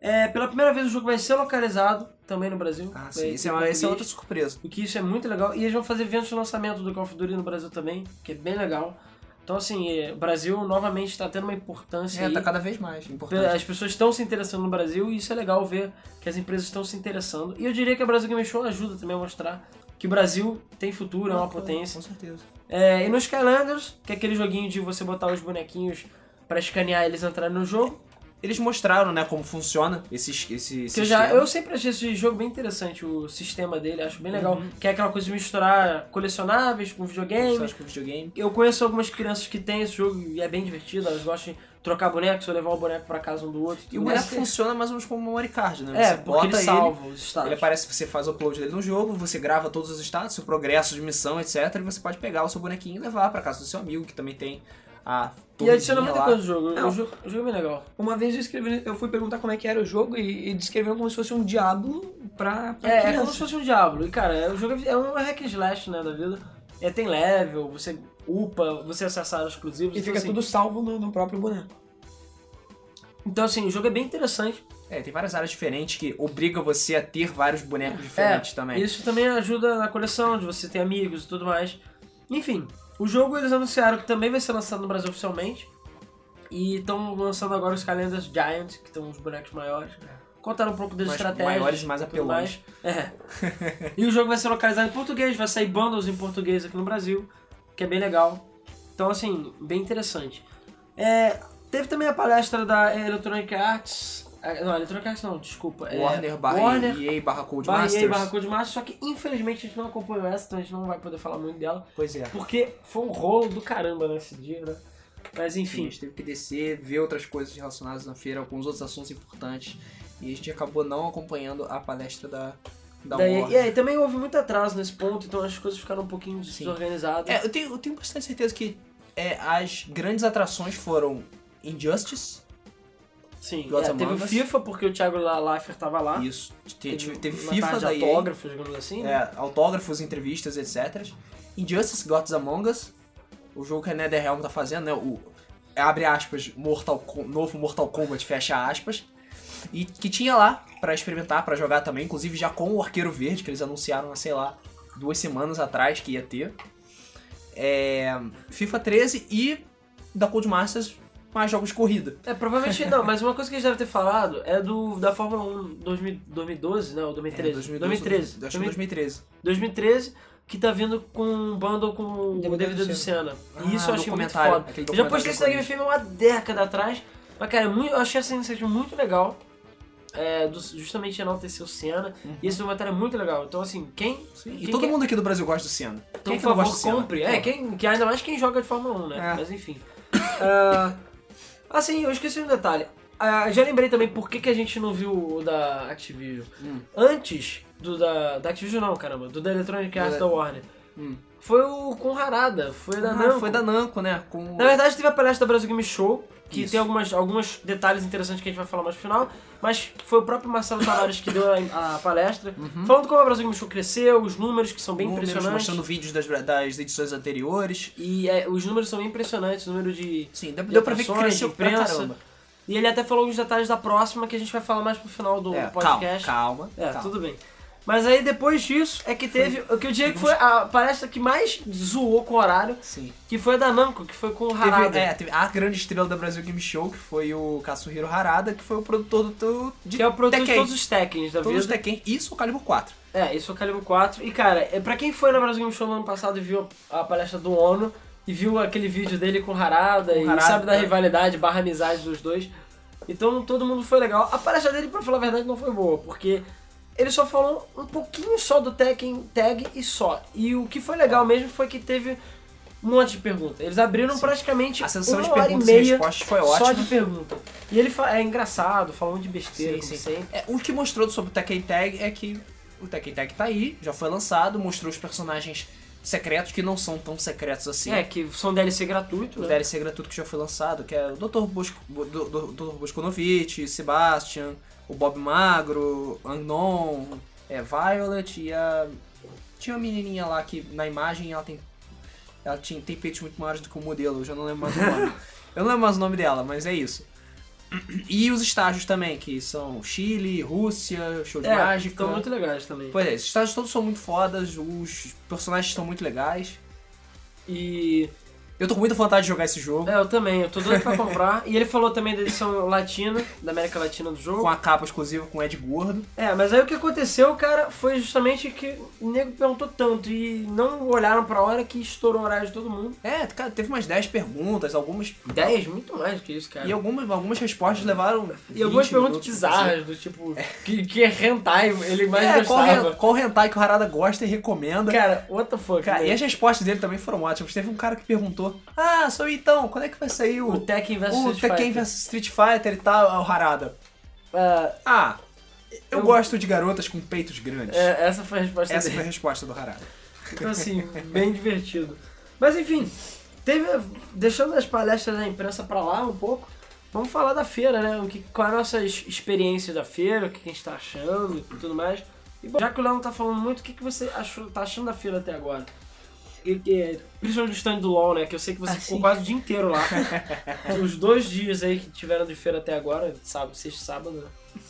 É, pela primeira vez o jogo vai ser localizado também no Brasil.
Ah,
Vai
sim.
ter
Isso é, uma, isso é
português,
outra surpresa.
O que isso é muito legal. E eles vão fazer eventos de lançamento do Call of Duty no Brasil também, que é bem legal. Então, assim, é, o Brasil novamente está tendo uma importância
É,
aí.
tá cada vez mais importante.
As pessoas estão se interessando no Brasil e isso é legal ver que as empresas estão se interessando. E eu diria que a Brasil Game Show ajuda também a mostrar que o Brasil tem futuro, é uma potência.
Com certeza.
É, e no Skylanders, que é aquele joguinho de você botar os bonequinhos pra escanear eles entrarem no jogo.
Eles mostraram, né, como funciona esse, esse
Que eu, já, eu sempre achei esse jogo bem interessante, o sistema dele, acho bem legal.
Uhum.
Que é aquela coisa de misturar colecionáveis com videogame.
com tipo, videogame.
Eu conheço algumas crianças que têm esse jogo e é bem divertido, elas gostam de trocar bonecos ou levar o boneco pra casa um do outro.
E o
Mas-
boneco funciona mais ou menos como um memory card, né?
É,
você
porque ele
bota ele,
salva os status.
ele aparece, você faz o upload dele no jogo, você grava todos os status, o progresso de missão, etc. E você pode pegar o seu bonequinho e levar pra casa do seu amigo, que também tem a
E adiciona muita
torrezinha lá.
coisa no jogo.
Não.
O jogo, o jogo é bem legal.
Uma vez eu, escrevi, eu fui perguntar como é que era o jogo e, e descreveram como se fosse um diabo pra, pra
É, é como
criança.
se fosse um Diablo. E, cara, é- o jogo é é um hack and slash, né, da vida. É, tem level, você upa, você acessa áreas exclusivas.
E
então,
fica
assim,
tudo salvo no, no próprio boneco.
Então, assim, o jogo é bem interessante.
É, tem várias áreas diferentes que obriga você a ter vários bonecos
É,
diferentes também.
Isso também ajuda na coleção, de você ter amigos e tudo mais. Enfim, o jogo eles anunciaram que também vai ser lançado no Brasil oficialmente. E estão lançando agora os calendas Giant, que estão os bonecos maiores. Contaram um pouco das
Mais-
estratégias.
maiores e mais
e tudo
apelões.
mais. É. *laughs* e o jogo vai ser localizado em português, vai sair bundles em português aqui no Brasil, que é bem legal. Então, assim, bem interessante. É, teve também a palestra da Electronic Arts. ah, Não, Electronic Arts não, desculpa. é,
Warner barra
Warner
EA barra Cold
barra EA
Masters.
barra Code Masters, só que infelizmente a gente não acompanhou essa, então a gente não vai poder falar muito dela,
Pois é.
porque foi um rolo do caramba nesse dia, né? Mas
Enfim, a
enfim,
gente teve que descer, ver outras coisas relacionadas na feira, alguns outros assuntos importantes. E a gente acabou não acompanhando a palestra da, da
daí-
Warner.
e aí também houve muito atraso nesse ponto, então as coisas ficaram um pouquinho desorganizadas.
É, eu tenho, eu tenho bastante certeza que é, as grandes atrações foram Injustice.
Sim,
Gods
é,
Among
teve o
Us.
FIFA, porque o Thiago Leifert tava lá.
Isso. Te- Teve, teve
uma
FIFA
tarde
da
de
EA,
autógrafos, digamos assim. né?
é, autógrafos, entrevistas, etc. Injustice, Gods Among Us. O jogo que a NetherRealm tá fazendo, né? O, abre aspas, Mortal Kom- novo Mortal Kombat, fecha aspas. E que tinha lá pra experimentar, pra jogar também. Inclusive já com o Arqueiro Verde, que eles anunciaram, há, sei lá, duas semanas atrás que ia ter. É, FIFA 13 e da Cold Masters, mais jogos de corrida.
É, provavelmente não, mas uma coisa que a gente deve ter falado é do da Fórmula 1 2000 2012, não,
É,
2013. 2013.
2013. Acho que 2013.
2013, que tá vindo com um bundle com o
DVD do
DVD, do Senna.
Ah,
E isso eu achei muito
documentário,
foda.
aquele
Eu já
documentário
postei isso
do
na Game Fame uma década atrás, mas cara, é muito- eu achei essa iniciativa muito legal. É, do, justamente enaltecer o Senna. E esse documentário é muito legal. Então, assim, quem.
Uhum. Sim,
quem
e todo
quer-
mundo aqui do Brasil gosta do Senna.
Então,
Quem
por
é que não
favor,
gosta do Senna?
compre. É, quem, que ainda mais quem joga de Fórmula 1, né?
É.
Mas enfim. *laughs* Ah, assim, eu esqueci um detalhe. Ah, já lembrei também por que, que a gente não viu o da Activision.
Hum.
Antes do da, da Activision não, caramba. Do da Electronic Arts da
Da-
Warner.
Hum.
Foi o com Harada. Foi da
Ah,
Namco.
Foi da Namco, né? Com...
Na verdade, teve a palestra da Brasil Game Show, que
Isso.
tem algumas, alguns detalhes interessantes que a gente vai falar mais no final, mas foi o próprio Marcelo Tavares que deu a, a palestra, falando como a Brasil Game Show cresceu, os números que são bem
Uhum. números,
impressionantes.
mostrando vídeos das, das edições anteriores.
E é, os números são bem impressionantes, o número de.
Sim, deu,
de
deu pra ver que
atrações,
cresceu
de
pra
imprensa.
caramba.
E ele até falou alguns detalhes da próxima que a gente vai falar mais pro final do
É, calma,
podcast.
calma.
É,
calma.
tudo bem. Mas aí depois disso é que teve. O que eu diria que foi a palestra que mais zoou com o horário,
Sim.
que foi a da Namco, que foi com o Harada.
Teve, é, teve a grande estrela da Brasil Game Show, que foi o Katsuhiro Harada, que foi o produtor do, do, de
que é o produto de
Tekken.
todos os Tekkens da
Todos os
vida.
Tekken e Soul Calibur 4.
É, isso é o Calibur 4. E cara, é, pra quem foi na Brasil Game Show no ano passado e viu a palestra do ONU e viu aquele vídeo dele com o Harada e
Harada,
sabe da
é.
rivalidade barra amizade dos dois. Então todo mundo foi legal. A palestra dele, pra falar a verdade, não foi boa, porque ele só falou um pouquinho só do Tekken Tag e só. E o que foi legal mesmo foi que teve um monte de pergunta. Eles abriram praticamente
A sessão
uma
de
hora e
perguntas Tipo, e,
meia
respostas foi
só
ótima.
de pergunta. E ele fa- é engraçado, falando de besteira,
Sim,
como
sim.
sempre.
É, o que mostrou sobre o Tekken Tag é que o Tekken Tag tá aí, já foi lançado, mostrou os personagens secretos que não são tão secretos assim.
É, que são DLC gratuito,
O
né?
DLC gratuito que já foi lançado, que é o Dr. Busco, Bu- Do- Do- Dr. Busconovitch, Sebastian, o Bob Magro, Unknown, é, Violet e a... Tinha uma menininha lá que na imagem ela tem... Ela tinha, tem peitos muito maiores do que o modelo, eu já não lembro mais o
*laughs*
nome. eu não lembro mais o nome dela, mas é isso. E os estágios também, que são Chile, Rússia, show de
É,
mágica.
estão muito legais também.
Pois é, esses estágios todos são muito fodas, os personagens são muito legais.
E
Eu tô com muita vontade de jogar esse jogo.
é, eu também, eu tô doido pra comprar. e ele falou também da edição latina, da América Latina do
com
jogo.
a capa exclusiva com o Ed Gordo.
É, mas aí o que aconteceu, cara, foi justamente que o nego perguntou tanto e não olharam pra hora que estourou o horário de todo mundo.
É, cara, teve umas 10 perguntas, algumas.
10, muito mais que isso, cara.
E algumas, algumas respostas levaram.
É. E algumas
20
perguntas
minutos assim. pra
bizarras, do tipo, que, que é hentai ele
fazer.
mais
É, qual,
gostava.
hen- qual hentai que o Harada gosta e recomenda? Cara,
Cara, what the fuck, né?
e as respostas dele também foram ótimas. Teve um cara que perguntou: Ah, sou então, quando é que vai sair
O
o,
Tekken vs
o
Street
Tekken
Fighter.
vs Street Fighter e tal? Ah, O Harada.
Ah,
Ah, eu,
Eu-
gosto de garotas com peitos grandes.
é, essa foi a resposta
Essa
dele.
foi a resposta do Harada.
Então, assim, bem divertido. Mas enfim, Teve, deixando as palestras da imprensa pra lá um pouco, vamos falar da feira, né? O que, qual é a nossa ex- experiência da feira, o que a gente tá achando e tudo mais. E bom, já que o Léo não tá falando muito, o que, que você achou, tá achando da feira até agora? E, que- principalmente do stand do LOL, né? Que eu sei que você
Ah,
ficou
sim.
quase o dia inteiro
*laughs*
lá. Os dois dias aí que tiveram de feira até agora, sábado, sexta e sábado, né?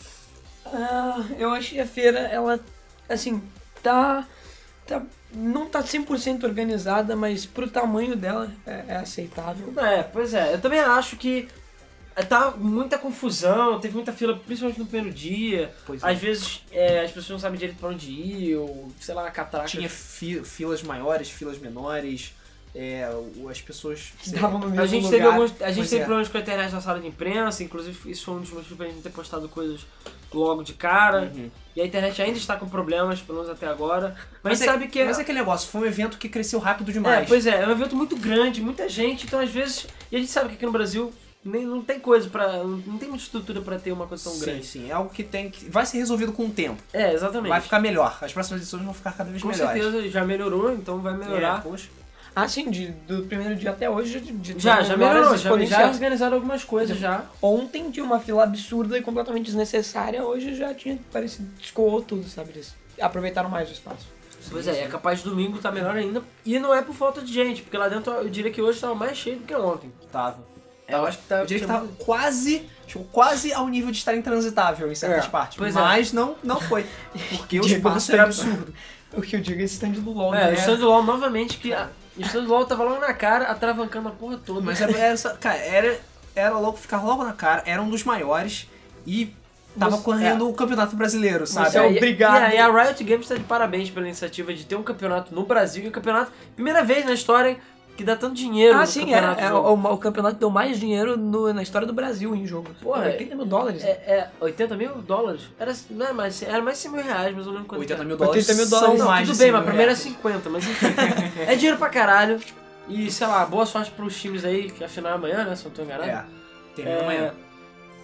Ah, eu achei a feira, ela, assim, tá, tá não tá 100% organizada, mas pro tamanho dela é, é aceitável.
É, pois é. Eu também acho que tá muita confusão, teve muita fila, principalmente no primeiro dia.
Pois é.
Às vezes é, as pessoas não sabem direito pra onde ir, ou sei lá, catraca.
Tinha fi- filas maiores, filas menores, é, o- as pessoas...
Estavam no mesmo
a gente
lugar.
teve, alguns, a gente
Pois
teve
é.
problemas com a internet na sala de imprensa, inclusive isso foi um dos motivos pra gente ter postado coisas logo de cara.
Uhum.
E a internet ainda está com problemas, pelo menos até agora. Mas,
Mas, é-
sabe que.
mas é aquele negócio, foi um evento que cresceu rápido
É,
demais.
pois é, é um evento muito grande, muita gente, então às vezes. E a gente sabe que aqui no Brasil nem, não tem coisa para Não tem muita estrutura pra ter uma coisa tão
sim,
grande.
sim, é algo que tem que... Vai ser resolvido com o tempo.
É, exatamente.
Vai ficar melhor. As próximas edições vão ficar cada vez
com
melhores.
certeza já melhorou, então vai
É,
melhorar.
poxa.
Ah, sim, de- do primeiro dia até hoje. de- de-
já,
de
já
melhoras
melhorou, já, já
exponenciais.
organizaram algumas coisas já.
Ontem tinha uma fila absurda e completamente desnecessária, hoje já tinha parecido, escoou tudo, sabe? Eles aproveitaram mais o espaço.
Pois é, é capaz de domingo tá melhor ainda. E não é por falta de gente, porque lá dentro eu diria que hoje tava mais cheio do que ontem.
Tava.
É, eu acho que tá.
Eu diria que
tinha
tava quase, tipo, quase ao nível de estar intransitável em certas
É,
partes.
pois é.
Mas não,
*laughs*
não foi. Porque o
De
espaço
massa,
era absurdo.
O que eu digo é esse stand do
muito-
LOL,
É, o
né?
stand do LOL novamente que. a- O stand do LOL tava logo na cara, atravancando a porra toda.
Mas era, era só- cara, era, era logo ficar logo na cara, era um dos maiores e tava
Você-
é.
correndo o Campeonato Brasileiro, sabe?
Você é
E-
obrigado.
E, aí a Riot Games tá de parabéns pela iniciativa de ter um campeonato no Brasil e um campeonato. Primeira vez na história que dá tanto dinheiro.
Ah,
no
sim, é,
campeonato
é,
do-
o, o campeonato deu mais dinheiro no- na história do Brasil em jogo.
Porra,
80 mil dólares.
É, é 80 mil dólares? Era, não era mais, era mais 100 mil reais, mas eu não lembro quanto.
80
era.
mil dólares.
80 mil
são
dólares,
Não,
mais
tudo
de
bem,
100
mas
mil
a primeira é
reais.
50, mas enfim. é dinheiro pra caralho. E sei lá, boa sorte pros times aí, que afinal é amanhã, né? Se eu não tô enganado.
É, termina amanhã.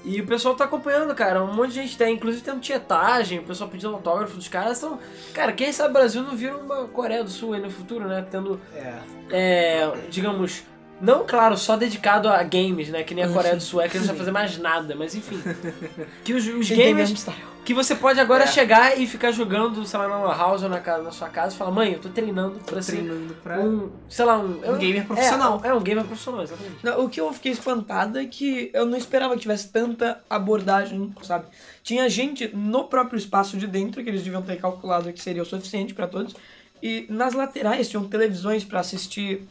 E o pessoal tá acompanhando, cara. Um monte de gente tem, inclusive tem um tietagem, o pessoal pedindo autógrafo dos caras. Então, cara, quem sabe o Brasil não vira uma Coreia do Sul aí no futuro, né? Tendo,
É.
é, digamos, não, claro, só dedicado a games, né? Que nem a
Uhum.
Ah,
Coreia
sim.
do Sul é, que não sabe fazer mais nada, mas enfim.
*laughs*
Que os, os
Quem tem
games
mesmo tá? style.
que você pode agora
É.
chegar e ficar jogando, sei lá, na lan house ou na, ca- na sua casa e falar, mãe, eu tô treinando pra ser
Treinando pra.
um, sei lá, um...
né?" Um gamer profissional.
É, é um gamer profissional, exatamente.
Não, O que eu fiquei espantado é que eu não esperava que tivesse tanta abordagem, sabe? Tinha gente no próprio espaço de dentro, que eles deviam ter calculado que seria o suficiente pra todos, e nas laterais tinham televisões pra assistir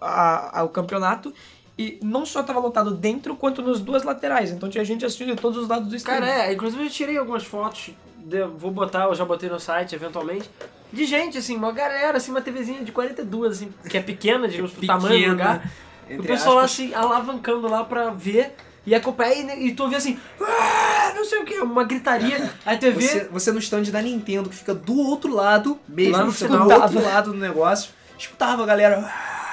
a- ao campeonato, e não só tava lotado dentro, quanto nas duas laterais. Então tinha gente assistindo de todos os lados do estádio.
Cara, é, inclusive eu tirei algumas fotos, de- vou botar, eu já botei no site, eventualmente, de gente, assim, uma galera, assim, uma TVzinha de 42, assim, que é pequena, digamos, pro tamanho do lugar.
entre
o pessoal lá
aspas.
se alavancando lá pra ver e acompanhar e, e tu ouvia assim, "Ah", não sei o que, uma
*laughs*
gritaria. Aí tu vê.
Você, você no stand da Nintendo, que fica do outro lado, mesmo,
Lá no
fica
final.
do outro lado do negócio, escutava a galera. "Ah,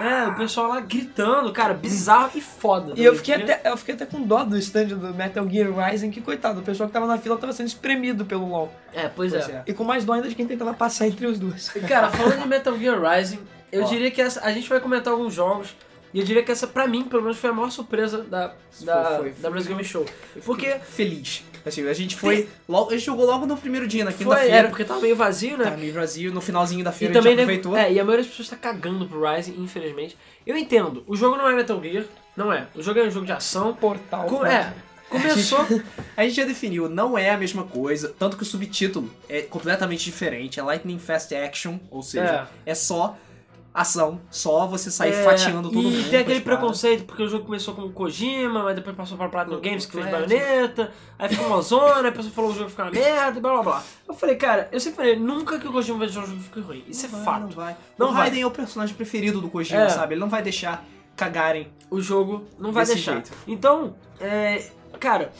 É, o pessoal lá gritando, cara, bizarro e foda. né?
E eu fiquei, até, eu fiquei até com dó do stand do Metal Gear Rising, que coitado, o pessoal que tava na fila tava sendo espremido pelo LoL.
É, pois,
Pois
é.
é.
E com mais dó ainda de quem tentava passar entre os dois.
E, Cara, falando de Metal Gear Rising, eu
Ó.
diria que essa- a gente vai comentar alguns jogos. E eu diria que essa, pra mim, pelo menos, foi a maior surpresa da, da,
Foi, foi,
da Brasil Game Show. Porque
Feliz. Assim, a gente foi. Logo, a gente jogou logo no primeiro dia, na
foi, é,
quinta-feira.
porque tava meio vazio, né?
Tá meio vazio, no finalzinho da
E
feira a
também,
gente
né,
aproveitou.
é, e a maioria das pessoas tá cagando pro Rising, infelizmente. Eu entendo, o jogo não é Metal Gear, não é. O jogo é um jogo de ação.
Portal.
Co- é, começou. é.
A gente já definiu, não é a mesma coisa, tanto que o subtítulo é completamente diferente, é Lightning Fast Action, ou seja, é, só ação, só você sair
é,
fatiando todo
e
mundo. com
tem aquele
espada.
preconceito, porque o jogo começou com o Kojima, mas depois passou pra Platinum
O-
Games,
o
que fez
Clank.
baioneta, aí ficou uma zona, aí a pessoa falou que o jogo fica uma merda, e blá blá blá. Eu falei, cara, eu sempre falei, nunca que o Kojima vai deixar um jogo que fique ruim. Isso
Não
é
vai,
fato.
Não vai.
Não
o
vai.
Raiden é o personagem preferido do Kojima,
É.
sabe? Ele não vai deixar cagarem.
o jogo não vai
Desse
deixar.
jeito.
Então, é, cara,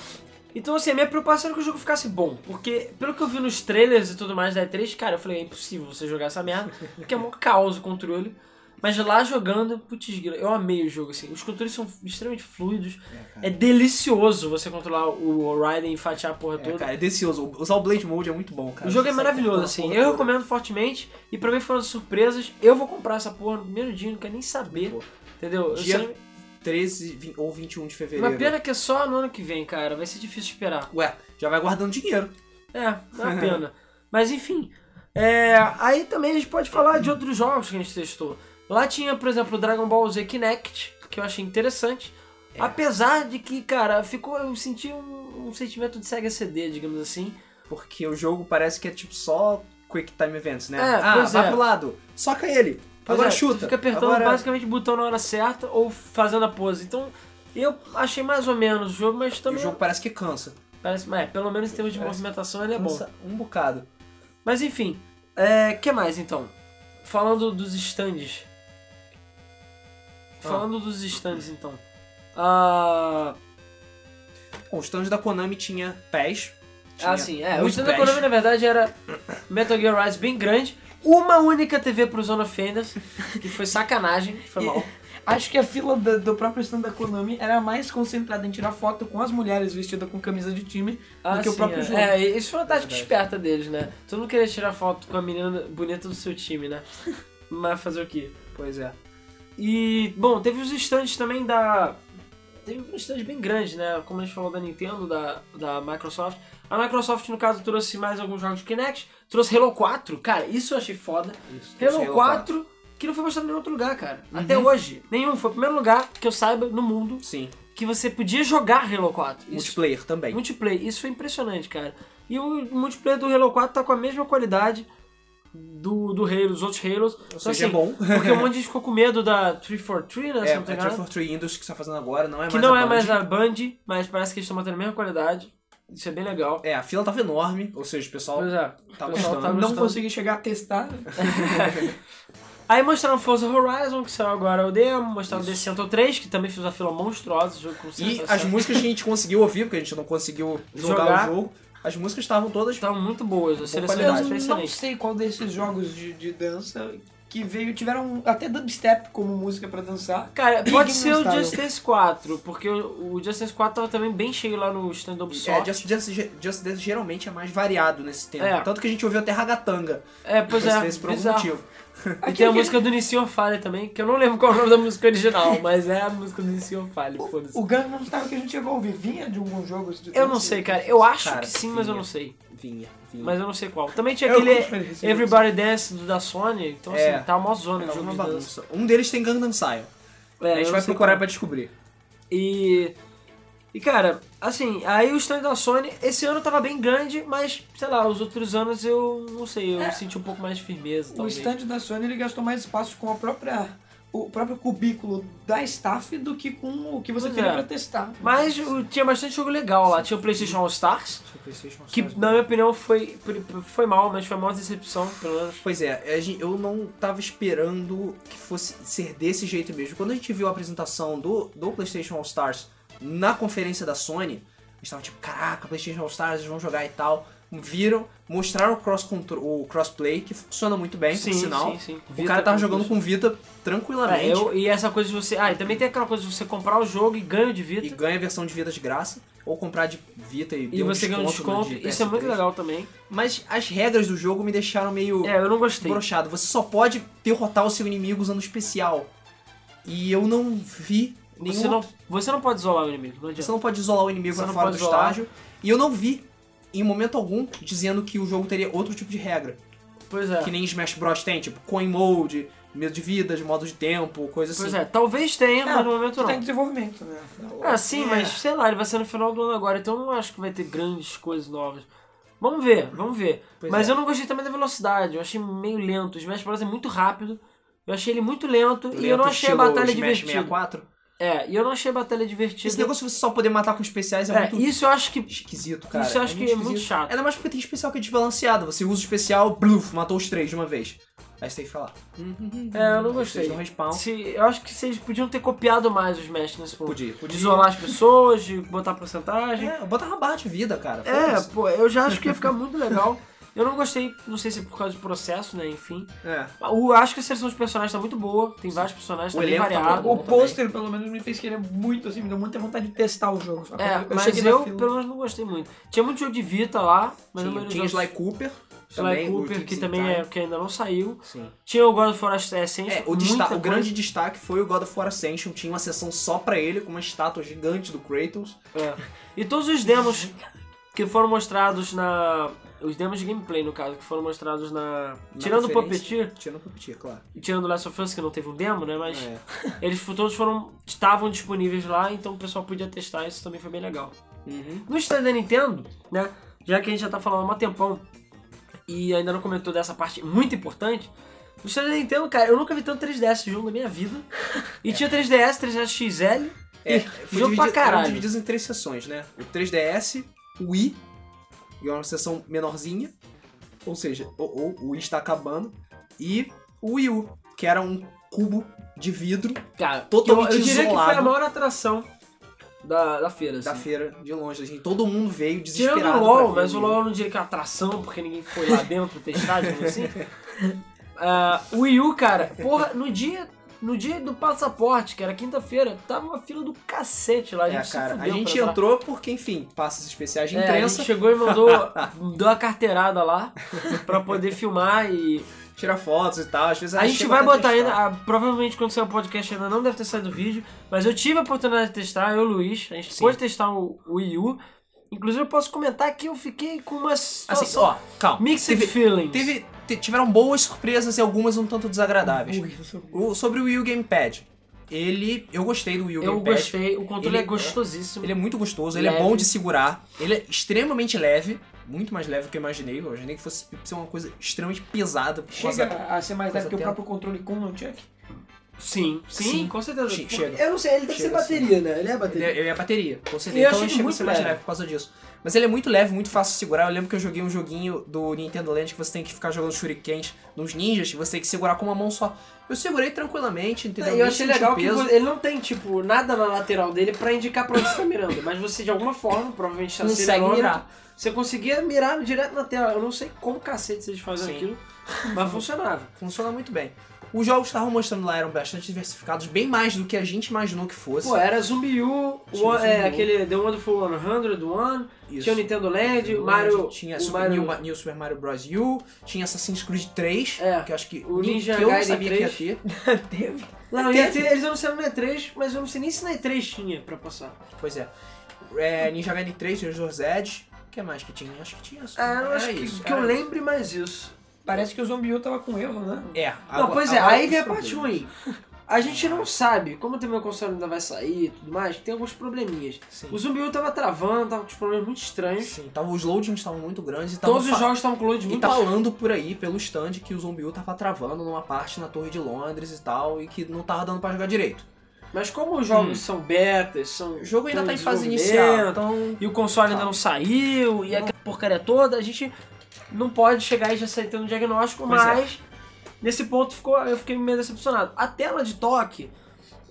então assim, a minha preocupação era que o jogo ficasse bom, porque pelo que eu vi nos trailers e tudo mais da E3, cara, eu falei, é impossível você jogar essa merda, porque é mó caos o controle. Mas lá jogando, putz, grila, eu amei o jogo, assim. Os controles são extremamente fluidos.
É, cara.
É delicioso você controlar o Raiden e fatiar a porra
É,
toda.
cara, é delicioso. Usar o Blade Mode é muito bom, cara.
o jogo é
Essa
maravilhoso,
porra
assim.
toda.
Eu recomendo fortemente. E pra mim foram surpresas. Eu vou comprar essa porra no primeiro dia, não quero nem saber.
Pô.
Entendeu? Eu
Dia
sei-
13 vi- ou 21 de fevereiro.
Uma pena que é só no ano que vem, cara. Vai ser difícil esperar.
Ué, já vai guardando dinheiro.
É, é *laughs* uma pena. Mas enfim. é, aí também a gente pode falar de outros jogos que a gente testou. Lá tinha, por exemplo, o Dragon Ball Z Kinect, que eu achei interessante.
É.
Apesar de que, cara, ficou. Eu senti um, um sentimento de Sega CD, digamos assim.
Porque o jogo parece que é tipo só Quick Time Events, né?
É,
ah,
pois
vai
é.
pro lado. Soca ele.
Pois
agora
é, tu
chuta.
Fica apertando
agora...
basicamente o botão na hora certa ou fazendo a pose. Então, eu achei mais ou menos o jogo, mas
O
também.
jogo parece que cansa.
Parece, mas, é, pelo menos em termos de
Parece-
movimentação ele é bom.
Cansa um bocado.
Mas enfim, é, que mais então? Falando dos stands.
Ah.
Falando dos stands então. Ah,
Bom, o stand da Konami tinha pés. Tinha
assim, é, o
muitos
stand da
pés.
Konami na verdade era Metal Gear Rise bem grande, uma única TV pro Zone Offenders, que foi sacanagem, foi mal.
Acho que a fila da- do, próprio stand da Konami era mais concentrada em tirar foto com as mulheres vestidas com camisa de time
Ah,
do que o
sim,
próprio
é.
jogo.
É, isso foi uma tática
Verdade.
esperta deles, né? Todo mundo queria tirar foto com a menina bonita do seu time, né? Mas fazer o quê?
Pois é.
E, bom, teve os stands também da. Teve um stand bem grande, né? Como a gente falou da Nintendo, da, da Microsoft. A Microsoft, no caso, trouxe mais alguns jogos de Kinect. Trouxe Halo 4, cara, isso eu achei foda.
Isso, é
Halo,
trouxe Uhum.
4, que não foi mostrado em nenhum outro lugar, cara. Até hoje, nenhum. Foi o primeiro lugar que eu saiba no mundo
Sim.
que você podia jogar Halo 4. Isso,
Multiplayer também.
multiplayer, isso foi impressionante, cara. E o multiplayer do Halo 4 tá com a mesma qualidade do, do Halo, dos outros Halos.
Ou
Então,
seja, é
assim, *laughs*
bom.
porque
*laughs*
um monte de gente ficou com medo da 343, né? se eu
É,
não
a
tô enganado.
343 Industries que está fazendo agora não é
que
mais
não
a
é
Band.
mais a Band, mas parece que eles estão mantendo a mesma qualidade. Isso é bem legal.
É, a fila tava enorme, ou seja, o pessoal
Pois
*laughs*
é.
tá
o pessoal
gostando.
tá
Não
gostando.
consegui chegar a testar.
Aí mostraram Forza Horizon, que saiu agora o demo. Mostraram The Central 3, que também fez uma fila monstruosa. Jogo com
E
100%.
as músicas que a gente conseguiu ouvir, porque a gente não conseguiu jogar,
Jogar.
o jogo, as músicas estavam todas.
Estavam muito boas. assim, A seleção
qualidade.
era
Verdade.
Eu não
impressionante.
sei qual desses jogos de, de dança que veio, tiveram até dubstep como música pra dançar.
Cara,
Big
pode ser o
Style.
Just Dance 4, porque o o Just Dance 4 tava também bem cheio lá no stand-up só.
É, Just, Just, Just Dance geralmente é mais variado nesse tempo.
É.
Tanto que a gente ouviu até ragatanga.
É, pois
Just
é,
Dance por algum
bizarro.
motivo.
E tem a
Aquele-
música do Nissin Fale também, que eu não lembro qual é o nome da música
*laughs*
original, mas é a música do Nissin Fale, foda-se.
O Gangnam Style que a gente chegou a ouvir vinha de alguns jogos de dança.
Eu não sei, cara. Eu acho
Cara,
que sim, mas eu
vinha.
não sei.
Vinha, vinha.
Mas eu não sei qual. Também tinha
Eu
aquele
comprei esse jogo.
Everybody Dance do da Sony. Então,
É.
assim, tá mó zona de
Era
jogo
uma
de dança.
bagunça. Um deles tem Gangnam Style.
É,
a
eu
gente
não
vai
sei
procurar
qual.
pra descobrir.
E. E, cara, assim, aí o stand da Sony, esse ano tava bem grande, mas, sei lá, os outros anos eu não sei, eu senti um pouco mais de firmeza.
O
Talvez.
stand da Sony ele gastou mais espaço com a própria o próprio cubículo da staff do que com o que você
Pois
teria
é.
pra testar.
Mas o- tinha bastante jogo legal lá. Tinha o PlayStation All Stars, que
Que-
na minha opinião foi, foi mal, mas foi a maior decepção, pelo menos.
Pois é, a gen- eu não tava esperando que fosse ser desse jeito mesmo. Quando a gente viu a apresentação do, do PlayStation All Stars na conferência da Sony, a gente tava tipo, caraca, PlayStation All Stars, eles vão jogar e tal. Viram, mostraram o, cross o crossplay, que funciona muito bem, por sinal.
sim.
O
Vita
cara tava
com
jogando com Vita tranquilamente
É, eu- e essa coisa de você. Ah, e também tem aquela coisa de você comprar o jogo e ganha o de
e
Vita.
ganha a versão de Vita de graça, ou comprar de Vita e,
E,
deu um
você ganha um
no
desconto.
de
Isso é muito
PS3.
legal também.
Mas as regras do jogo me deixaram meio.
É, eu não gostei.
brochado. Você só pode derrotar o seu inimigo usando especial. E eu não vi nenhum.
Você, não, você não pode isolar o inimigo, não adianta.
você não pode isolar o inimigo
Você
pra
não
fora do
pode isolar.
estágio. E eu não vi, em momento algum, dizendo que o jogo teria outro tipo de regra.
Pois é.
Que nem Smash Bros. tem, tipo, coin mode, medo de vida, de modo de tempo, coisa assim.
Pois é, talvez tenha, mas
Ah,
no momento
que tá em
não.
desenvolvimento, né? afinal.
Ah,
é,
sim, mas sei lá, ele vai ser no final do ano agora, então eu não acho que vai ter grandes coisas novas. Vamos ver, vamos ver.
Pois
mas
é.
eu não gostei também da velocidade, eu achei meio lento. O Smash Bros. é muito rápido, eu achei ele muito lento, e eu
Lento
não achei a
estilo
batalha
Smash
divertida.
64.
É, e eu não achei a batalha divertida.
Esse negócio de você só poder matar com especiais é,
é,
muito
isso eu acho que
esquisito, cara.
Isso eu acho que é muito
esquisito.
chato.
Ainda mais porque tem especial que é desbalanceado. Você usa o especial, bluf, matou os três de uma vez. Aí você tem que falar.
*laughs* É, eu não gostei.
Vocês não respawn.
Se, eu acho que vocês podiam ter copiado mais os Smash nesse ponto.
Podia,
De
podia.
isolar as pessoas, de botar porcentagem.
É, bota uma barra de vida, cara.
É,
Foda-se.
pô, eu já acho que ia ficar muito legal. *laughs* Eu não gostei, não sei se é por causa do processo, né? Enfim.
É.
Eu acho que a seleção de personagens tá muito boa. Tem vários personagens,
O
tá bem
elenco tá
variado.
bom
O pôster, pelo menos, me fez querer muito, assim, me deu muita vontade de testar o jogo. só que
É, mas
cheguei na
eu,
fila.
pelo menos, não gostei muito. Tinha muito jogo de Vita lá, mas não
Tinha, tinha Sly Cooper.
Sly
também, o
Cooper, que
Kids in
também
Time.
é, que ainda não saiu.
Sim.
Tinha o God of War Ascension.
É, o,
muita
desta- o
coisa.
grande destaque foi o God of War Ascension. Tinha uma sessão só pra ele, com uma estátua gigante do Kratos.
É. E todos os demos que foram mostrados na. Os demos de gameplay, no caso, que foron mostrados na. tirando o
conferência.
Puppeteer
Tinha no Puppeteer, claro.
e tirando o Last of Us, que não teve um demo, né? Mas
É.
eles fo- todos foram. estavam disponíveis lá, então o pessoal podia testar, isso também foi bem legal.
Uhum.
No stand da Nintendo, né? Já que a gente já tá falando há um tempão e ainda não comentou dessa parte muito importante. No stand da Nintendo, cara, eu nunca vi tanto 3DS junto na minha vida. E
*laughs*
tinha 3DS, 3DS XL.
É,
Jogo pra caralho.
dividido em três sessões, né? O 3DS, o Wii, e uma sessão menorzinha, ou seja, ou, ou, o Wii está acabando, e o Wii U, que era um cubo de vidro
Cara,
Totalmente
eu, eu diria que foi a
isolado.
maior atração da, da feira.
da
assim.
feira de longe. Assim, todo mundo veio desesperado.
Tirando o LOL,
pra ver
mas o LOL eu não diria que é uma atração, porque ninguém foi lá dentro testar, digamos
*laughs*
assim. Ah, o Wii U, cara, porra, no dia, no dia do passaporte, que era quinta-feira, tava uma fila do cacete lá. A
É,
gente se
cara, a
fudeu
gente
pra entrar.
entrou porque, enfim, passos especiais de
É, a gente
imprensa,
chegou e
*laughs*
mandou deu a carteirada lá pra poder filmar e
tira fotos e tal. Às vezes
a
ela
gente
chega
vai
pra
botar ainda,
testar.
ah, provavelmente quando sair o podcast ainda não deve ter saído o vídeo, mas eu tive a oportunidade de testar, eu e o Luiz, a gente
Sim.
pôde testar o, o Wii U. Inclusive eu posso comentar que eu fiquei com uma situação
Assim, ó, calma.
mixed
teve-
feelings.
Teve, te- tiveram boas surpresas e algumas um tanto desagradáveis.
Ui, eu sou-
O- sobre o Wii U Gamepad. Ele. Eu gostei do Wii U
eu
Gamepad.
gostei, o controle
ele-
é gostosíssimo.
Ele é muito gostoso, ele
Leve.
é bom de segurar. Ele é extremamente leve, muito mais leve do que eu imaginei. Eu imaginei que fosse ser uma coisa extremamente pesada. por causa-
Chega a ser mais leve
coisa
que o
tela.
próprio controle com o nunchuck.
Sim, sim,
Sim.
com certeza.
Che-
Porque-
chega.
Eu não sei, ele deve
Chega
ser bateria, né? Ele é
Ele
bateria.
é, ele é bateria, com
Eu
certeza. Então
achei
ele chega a
muito
ser mais
leve.
leve por causa disso. Mas ele é muito leve, muito fácil de segurar. Eu lembro que eu joguei um joguinho do Nintendo Land que você tem que ficar jogando shurikens nos ninjas, que você tem que segurar com uma mão só. Eu segurei tranquilamente, entendeu?
Eu
Nem
achei
senti
legal que
um peso.
vo- ele não tem, tipo, nada na lateral dele pra indicar pra onde você tá mirando. Mas você, de alguma forma, provavelmente tá
consegue
acelerando,
mirar.
Você conseguia mirar direto na tela. Eu não sei como cacete vocês fazem
Sim.
aquilo, mas funcionava.
Funciona muito bem. Os jogos que estavam mostrando lá eram bastante diversificados, bem mais do que a gente imaginou que fosse.
Pô, é. era Zumbi U,
Tinha
o- é,
Zumbi U.
aquele The Wonderful 100, One,
Isso.
tinha o Nintendo Land, o Mario...
Tinha
o
Super,
Mario-
New, Ma- New Super Mario Bros. U, tinha Assassin's Creed 3,
É,
que eu acho que,
o
nem-
Ninja
que eu não
Gaiden
sabia
3.
que ia ter.
é, Teve.
Não, ia
Teve.
ter, eles anunciaram na E3, mas eu não sei nem se na E3 tinha pra passar.
Pois é. É, Ninja Gaiden 3, Resorts Edge. O que mais que tinha? Acho que tinha só.
Ah, eu
Era
acho que,
isso,
que eu
era
lembre mais isso.
Parece que o Zombie U tava com erro, né?
isso. É,
não, pois é, aí vem a parte ruim. A gente não sabe, como também o console ainda vai sair e tudo mais, tem alguns probleminhas.
Sim.
O Zumbi U tava travando, tava com uns problemas muito estranhos.
Sim, tava, os loadings estavam muito grandes e tava
Todos os
fa-
jogos estavam com load
E
muito
tá falando por aí, pelo stand, que o Zombiu tava travando numa parte na Torre de Londres e tal, e que não tava dando pra jogar direito.
Mas como os jogos são betas, são.
O jogo ainda tá em fase inicial,
desenvolvimento,
então.
E o console ainda não saiu, e aquela porcaria toda, a gente não pode chegar e já sair tendo um diagnóstico,
Pois é.
mas nesse ponto ficou, eu fiquei meio decepcionado. A tela de toque,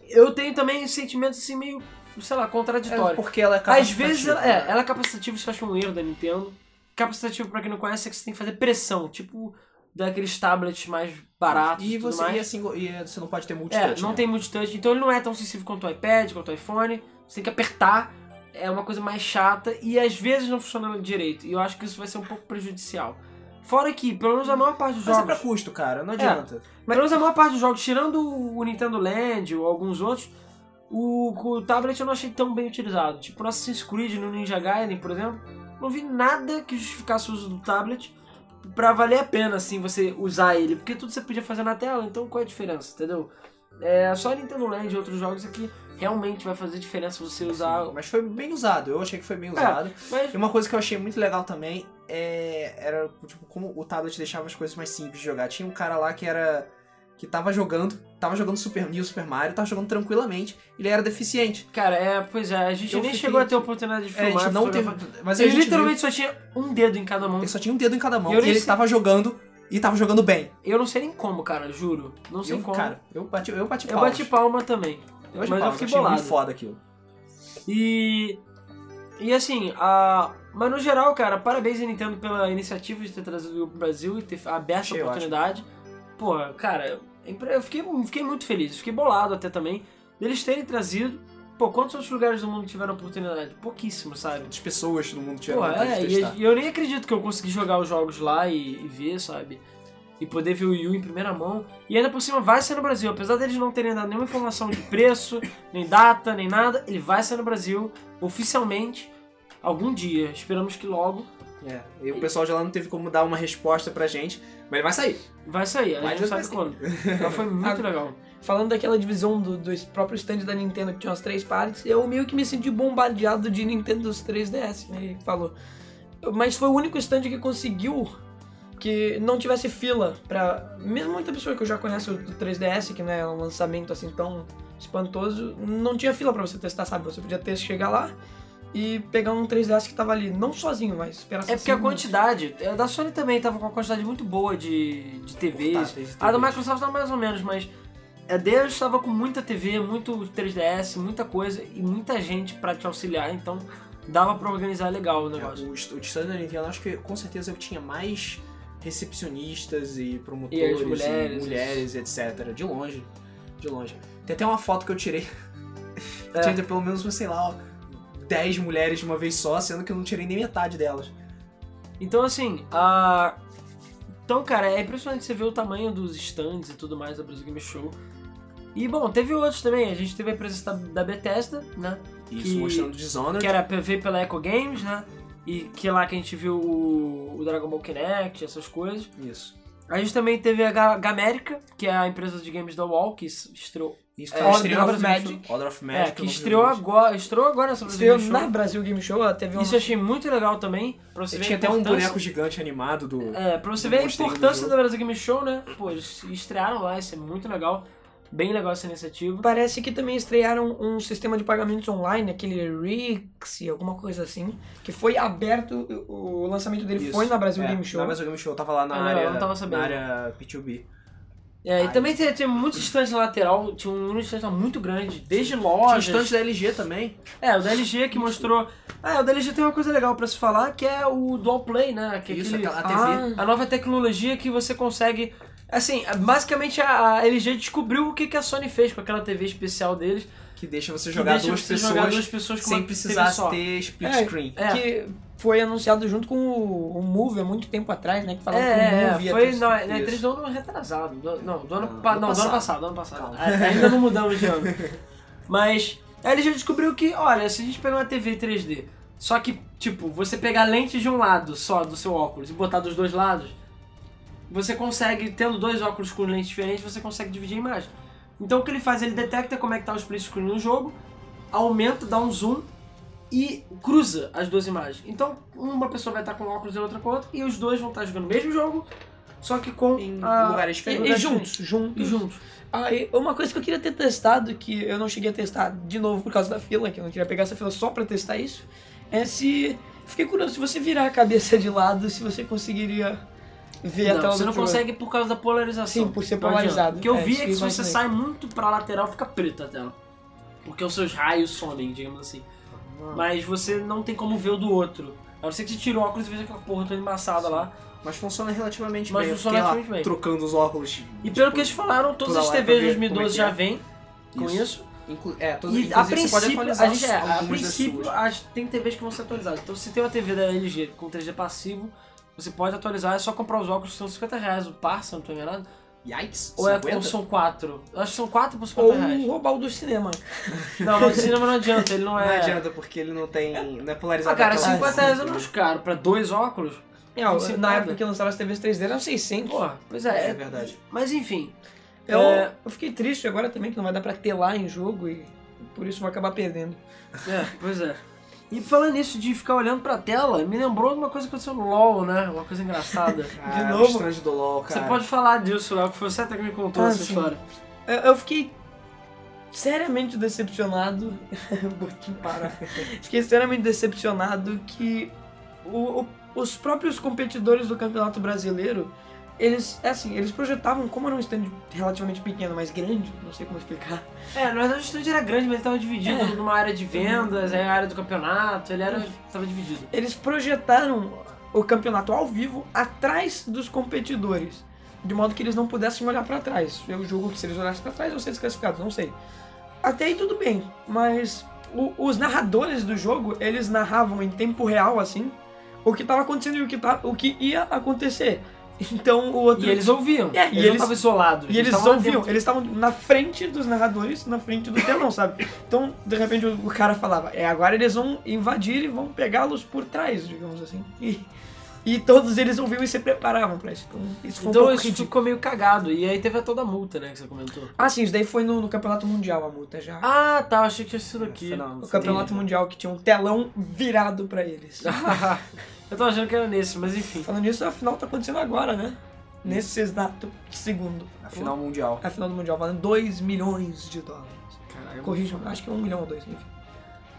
eu tenho também sentimentos assim meio, sei lá,
É
contraditórios.
porque ela é
Às vezes
capacitativa,
ela é,
né?
ela é capacitativa, isso eu acho um erro da Nintendo. Capacitativo, pra quem não conhece, é que você tem que fazer pressão, tipo daqueles tablets mais baratos e
E
tudo
você,
mais.
e é single- e é- você não pode ter multitouch.
É, não
né?
tem multitouch, então ele não é tão sensível quanto o iPad, quanto o iPhone. Você tem que apertar, é uma coisa mais chata e às vezes não funciona direito. E eu acho que isso vai ser um pouco prejudicial. Fora que, pelo menos a maior parte dos
Mas é
jogos. é
pra custo, cara, não adianta.
Pelo menos a maior parte dos jogos, tirando o Nintendo Land ou alguns outros, o, o tablet eu não achei tão bem utilizado. Tipo, no Assassin's Creed, no Ninja Gaiden, por exemplo, não vi nada que justificasse o uso do tablet pra valer a pena, assim, você usar ele. Porque tudo você podia fazer na tela, então qual é a diferença, entendeu? É, só Nintendo Land e outros jogos aqui realmente vai fazer diferença você usar. É.
Mas foi bem usado, eu achei que foi bem usado.
Mas,
E uma coisa que eu achei muito legal também é, era tipo, como o tablet deixava as coisas mais simples de jogar. Tinha um cara lá que era. que tava jogando, tava jogando Super New Super Mario, tava jogando tranquilamente, ele era deficiente.
cara, é, pois é, a gente
Eu
nem
fiquei-
chegou a ter a oportunidade de
É, a
filmar.
gente não teve.
fotografar.
Mas a
Ele
gente viu-
literalmente só tinha um dedo em cada mão.
ele só tinha um dedo em cada mão.
Eu
E
nem
ele
sei-
tava jogando e tava jogando bem.
Eu não sei nem como, cara, juro. Não sei
eu,
como.
Cara, eu bati, eu bati
Eu
palmas.
bati palma também.
Eu bati
mas eu
palmas,
fiquei
achei
bolado.
muito foda aquilo.
E. E assim, a, Mas no geral, cara, parabéns à Nintendo pela iniciativa de ter trazido pro Brasil e ter aberto
Achei
a oportunidade. Porra, cara, é impre- eu fiquei, fiquei muito feliz, fiquei bolado até também deles terem trazido. Pô, quantos outros lugares do mundo tiveram oportunidade? Pouquíssimo, sabe?
Muitas pessoas no mundo tiveram
Pô,
vontade
é,
de
e
testar.
e eu nem acredito que eu consegui jogar os jogos lá e, e ver, sabe? E poder ver o Wii U em primeira mão. E ainda por cima vai sair no Brasil. Apesar deles não terem dado nenhuma informação de preço, *laughs* nem data, nem nada, ele vai sair no Brasil oficialmente algum dia. Esperamos que logo
É, e o pessoal de lá não teve como dar uma resposta pra gente, mas ele vai sair.
vai sair. A
Mas
gente não
vai
sabe quando. Mas
*laughs*
foi muito legal.
Falando daquela divisão do, do próprio stand da Nintendo, que tinha as três partes, eu meio que me senti bombardeado de Nintendo dos 3DS, né? que Falou. Mas foi o único stand que conseguiu que não tivesse fila pra. Mesmo muita pessoa que eu já conheço do 3DS, que não é um lançamento assim tão espantoso, não tinha fila pra você testar, sabe? Você podia ter, chegar lá e pegar um 3DS que tava ali, não sozinho, mas esperar
É porque a
cinco minutos.
quantidade. A da Sony também tava com uma quantidade muito boa de, de TVs.
Portáteis e
A da
TVs.
Microsoft tava mais ou menos, mas. A Deus estava com muita TV, muito 3DS, muita coisa e muita gente pra te auxiliar, então dava pra organizar legal o
É,
negócio.
o, est- o stand da Nintendo, acho que com certeza eu tinha mais recepcionistas e promotores
E as mulheres.
e mulheres, etc. De longe, de longe. Tem até uma foto que eu tirei.
*laughs* É.
Tinha pelo menos, sei lá, ó, 10 mulheres de uma vez só, sendo que eu não tirei nem metade delas.
Então, assim, a. Então, cara, é impressionante você ver o tamanho dos stands e tudo mais da Brasil Game Show. E, bom, teve outros também. A gente teve a presença da da Bethesda, né?
Isso,
Que-
mostrando Dishonored.
Que era veio pela Echo Games, né? E que é lá que a gente viu o, o Dragon Ball Kinect, essas coisas.
Isso.
A gente também teve a Ga- Gamerica, que é a empresa de games da Wall, que s- estreou.
Isso
É,
tava
Order
estreando-
of Magic.
Order of Magic.
É, que
eu não
estreou
vi.
agora, estreou agora essa
Estreou
Brasil Game
na
Show.
Brasil Game Show, ela teve um.
Isso eu achei muito legal também. Pra você
Eu
ver a
tinha até um
importância-
boneco gigante animado do.
É, pra você
do
ver a
monstrinho do
importância
jogo.
da Brasil Game Show, né? Pô, eles estrearam lá, isso é muito legal. Bem legal essa iniciativa.
Parece que também estrearam um sistema de pagamentos online, aquele Rix, alguma coisa assim, que foi aberto, o o lançamento dele
Isso.
foi na Brasil
É,
Game Show.
Na Brasil Game Show, eu tava lá na
Ah, não,
área.
eu não tava sabendo.
Na área P2B.
É, e
Ai.
também tinha, tinha muitos stands na lateral, tinha um stand muito grande, desde
Tinha
lojas.
estante da LG também.
É, o DLG que mostrou. É, o DLG tem uma coisa legal pra se falar, que é o Dual Play, né? Que é
Isso,
aquele-
aquela TV.
a nova tecnologia que você consegue. Assim, basicamente a a LG descobriu o que que a Sony fez com aquela TV especial deles.
Que deixa você
que
jogar,
deixa
duas,
você
pessoas
jogar duas pessoas com
sem
uma
precisar
TV só.
ter split
É.
screen.
É.
Que foi anunciado junto com o, o Move há muito tempo atrás, né? Que
É,
falava que o
é,
Move
é,
ia
foi
ter-
na, na E3
isso.
do ano um retrasado. do- não, do ano,
Não,
pa-
Ah, do
não, do ano
passado.
passado, do ano passado.
Calma. *laughs*
A- Ainda não mudamos de ano. Mas aí ele já descobriu que, olha, se a gente pegar uma TV 3D, só que, tipo, você pegar a lente de um lado só do seu óculos e botar dos dois lados, você consegue, tendo dois óculos com lentes diferentes, você consegue dividir a imagem. Então o que ele faz? Ele detecta como é que tá o split screen no jogo, aumenta, dá um zoom e cruza as duas imagens. Então, uma pessoa vai estar com óculos e outra com outra, e os dois vão estar jogando o mesmo jogo, só que com
Em
ah,
lugares
e-
E,
diferentes.
e juntos,
E
juntos.
juntos.
Ah, e uma coisa que eu queria ter testado, que eu não cheguei a testar de novo por causa da fila, que eu não queria pegar essa fila só pra testar isso, é se. Fiquei curioso, se você virar a cabeça de lado, se você conseguiria ver a
Não, você
tela do
não
outro lado.
consegue por causa da polarização.
Sim, por ser
Não adianta.
polarizado.
O que eu
É,
vi
isso
é
que
que se
eu
você
imaginei.
sai muito pra lateral, fica preta a tela. Porque os seus raios somem, digamos assim.
Ah.
Mas você não tem como ver o do outro. A não ser que você tire o óculos e veja aquela porra toda embaçada lá.
Mas funciona relativamente
Mas
bem. Eu
funciona
fiquei lá
relativamente bem.
Trocando os óculos.
E pelo que eles falaram, todas
toda
as
hora pra
TVs de
ver como é que
2012 já
é.
vêm com
Isso.
isso.
Inclu é, todas
E
inclusive,
a
você pode
princípio,
atualizar
a gente, é, a
algumas das
princípio
suas.
as- tem TVs que vão ser atualizadas. Então, se tem uma TV da LG com 3G passivo, você pode atualizar, é só comprar os óculos, são 50 reais o par, se eu não tô enganado.
Yikes,
Ou, é,
50?
ou são 4? Eu acho que são 4 por 50
Ou
reais.
roubar o do cinema.
Não, mas o cinema não adianta, ele não
um. Não
é.
adianta, porque ele não tem... Não é
Ah,
polarizado.
cara,
naquela-
50 reais eu não acho caro. Pra dois óculos?
É,
Não sei
na
nada.
época que lançaram as TVs 3D eram 600.
Porra, pois
É, é
é.
verdade.
Mas enfim.
Eu,
É.
eu fiquei triste agora também que não vai dar pra ter lá em jogo e por isso vou acabar perdendo.
É, pois é. E falando nisso de ficar olhando pra tela, me lembrou de uma coisa que aconteceu no LOL, né? Uma coisa *laughs* engraçada.
Cara,
novo?
o stand Ah, do LoL,
Você
cara.
pode falar disso, Léo, que foi você até que me contou
Ah,
essa
sim.
história.
Eu, É, eu fiquei seriamente decepcionado. *laughs* Boquinha para. *laughs* Fiquei seriamente decepcionado que o- o- os próprios competidores do Campeonato Brasileiro Eles, é assim, eles projetavam, como era um stand relativamente pequeno, mas grande, não sei como explicar.
É, na verdade o stand era grande, mas ele tava dividido
É.
numa área de vendas, aí a área do campeonato, ele era. tava dividido.
Eles projetaram o campeonato ao vivo atrás dos competidores, de modo que eles não pudessem olhar pra trás. Eu julgo que se eles olhassem pra trás, iam ser desclassificados, não sei. Até aí tudo bem, mas o- os narradores do jogo, eles narravam em tempo real, assim, o que tava acontecendo e o que, ta- o que ia acontecer. Então o outro.
E eles ouviam.
É, e
eles, não
eles-
estavam isolados.
E eles
tavam lá
ouviam,
dentro.
eles estavam na frente dos narradores, na frente do telão, sabe? Então, de repente, o o cara falava, é, agora eles vão invadir e vão pegá-los por trás, digamos assim. E, e todos eles ouviam e se preparavam pra isso. Então, isso foi um
Então
pouco
isso
ridículo.
ficou meio cagado. E aí teve toda a multa, né, que você comentou.
Ah, sim, isso daí foi no, no Campeonato Mundial a multa já.
Ah, tá, achei que tinha sido aqui. *laughs*
Não,
o Campeonato
entendi.
Mundial que tinha um telão virado pra eles.
Eu tava achando que era nesse, mas enfim.
Falando nisso, a final tá acontecendo agora, né? Nesse exato segundo.
A É final mundial.
É,
A final do Mundial valendo 2 milhões de dólares.
Caraca,
Corrijam, acho que é 1 milhão ou 2, enfim.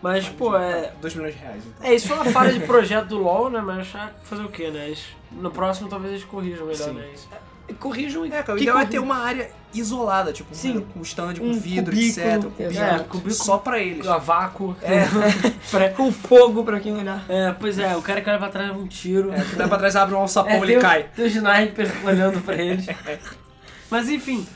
Mas, pô, é.
2 milhões de reais, então.
É, isso foi uma falha de projeto do LoL, né? Mas ah, fazer o quê, né? Eles- No próximo talvez eles corrijam melhor,
Sim.
né? Isso.
Corrijam e
É, cara, o
que
ideal é
corri-
ter uma área isolada, tipo,
Sim.
com stand, com
Um
vidro,
cubículo,
etc. com-
exato. É,
É, cubículo.
Só pra eles.
A vácuo.
com fogo pra quem olhar.
É, pois é, o cara que olha pra trás leva um tiro.
É, que dá pra trás, abre um alçapão,
É,
ele
tem, o-
cai.
Tem o sniper *laughs* olhando pra eles. Mas enfim,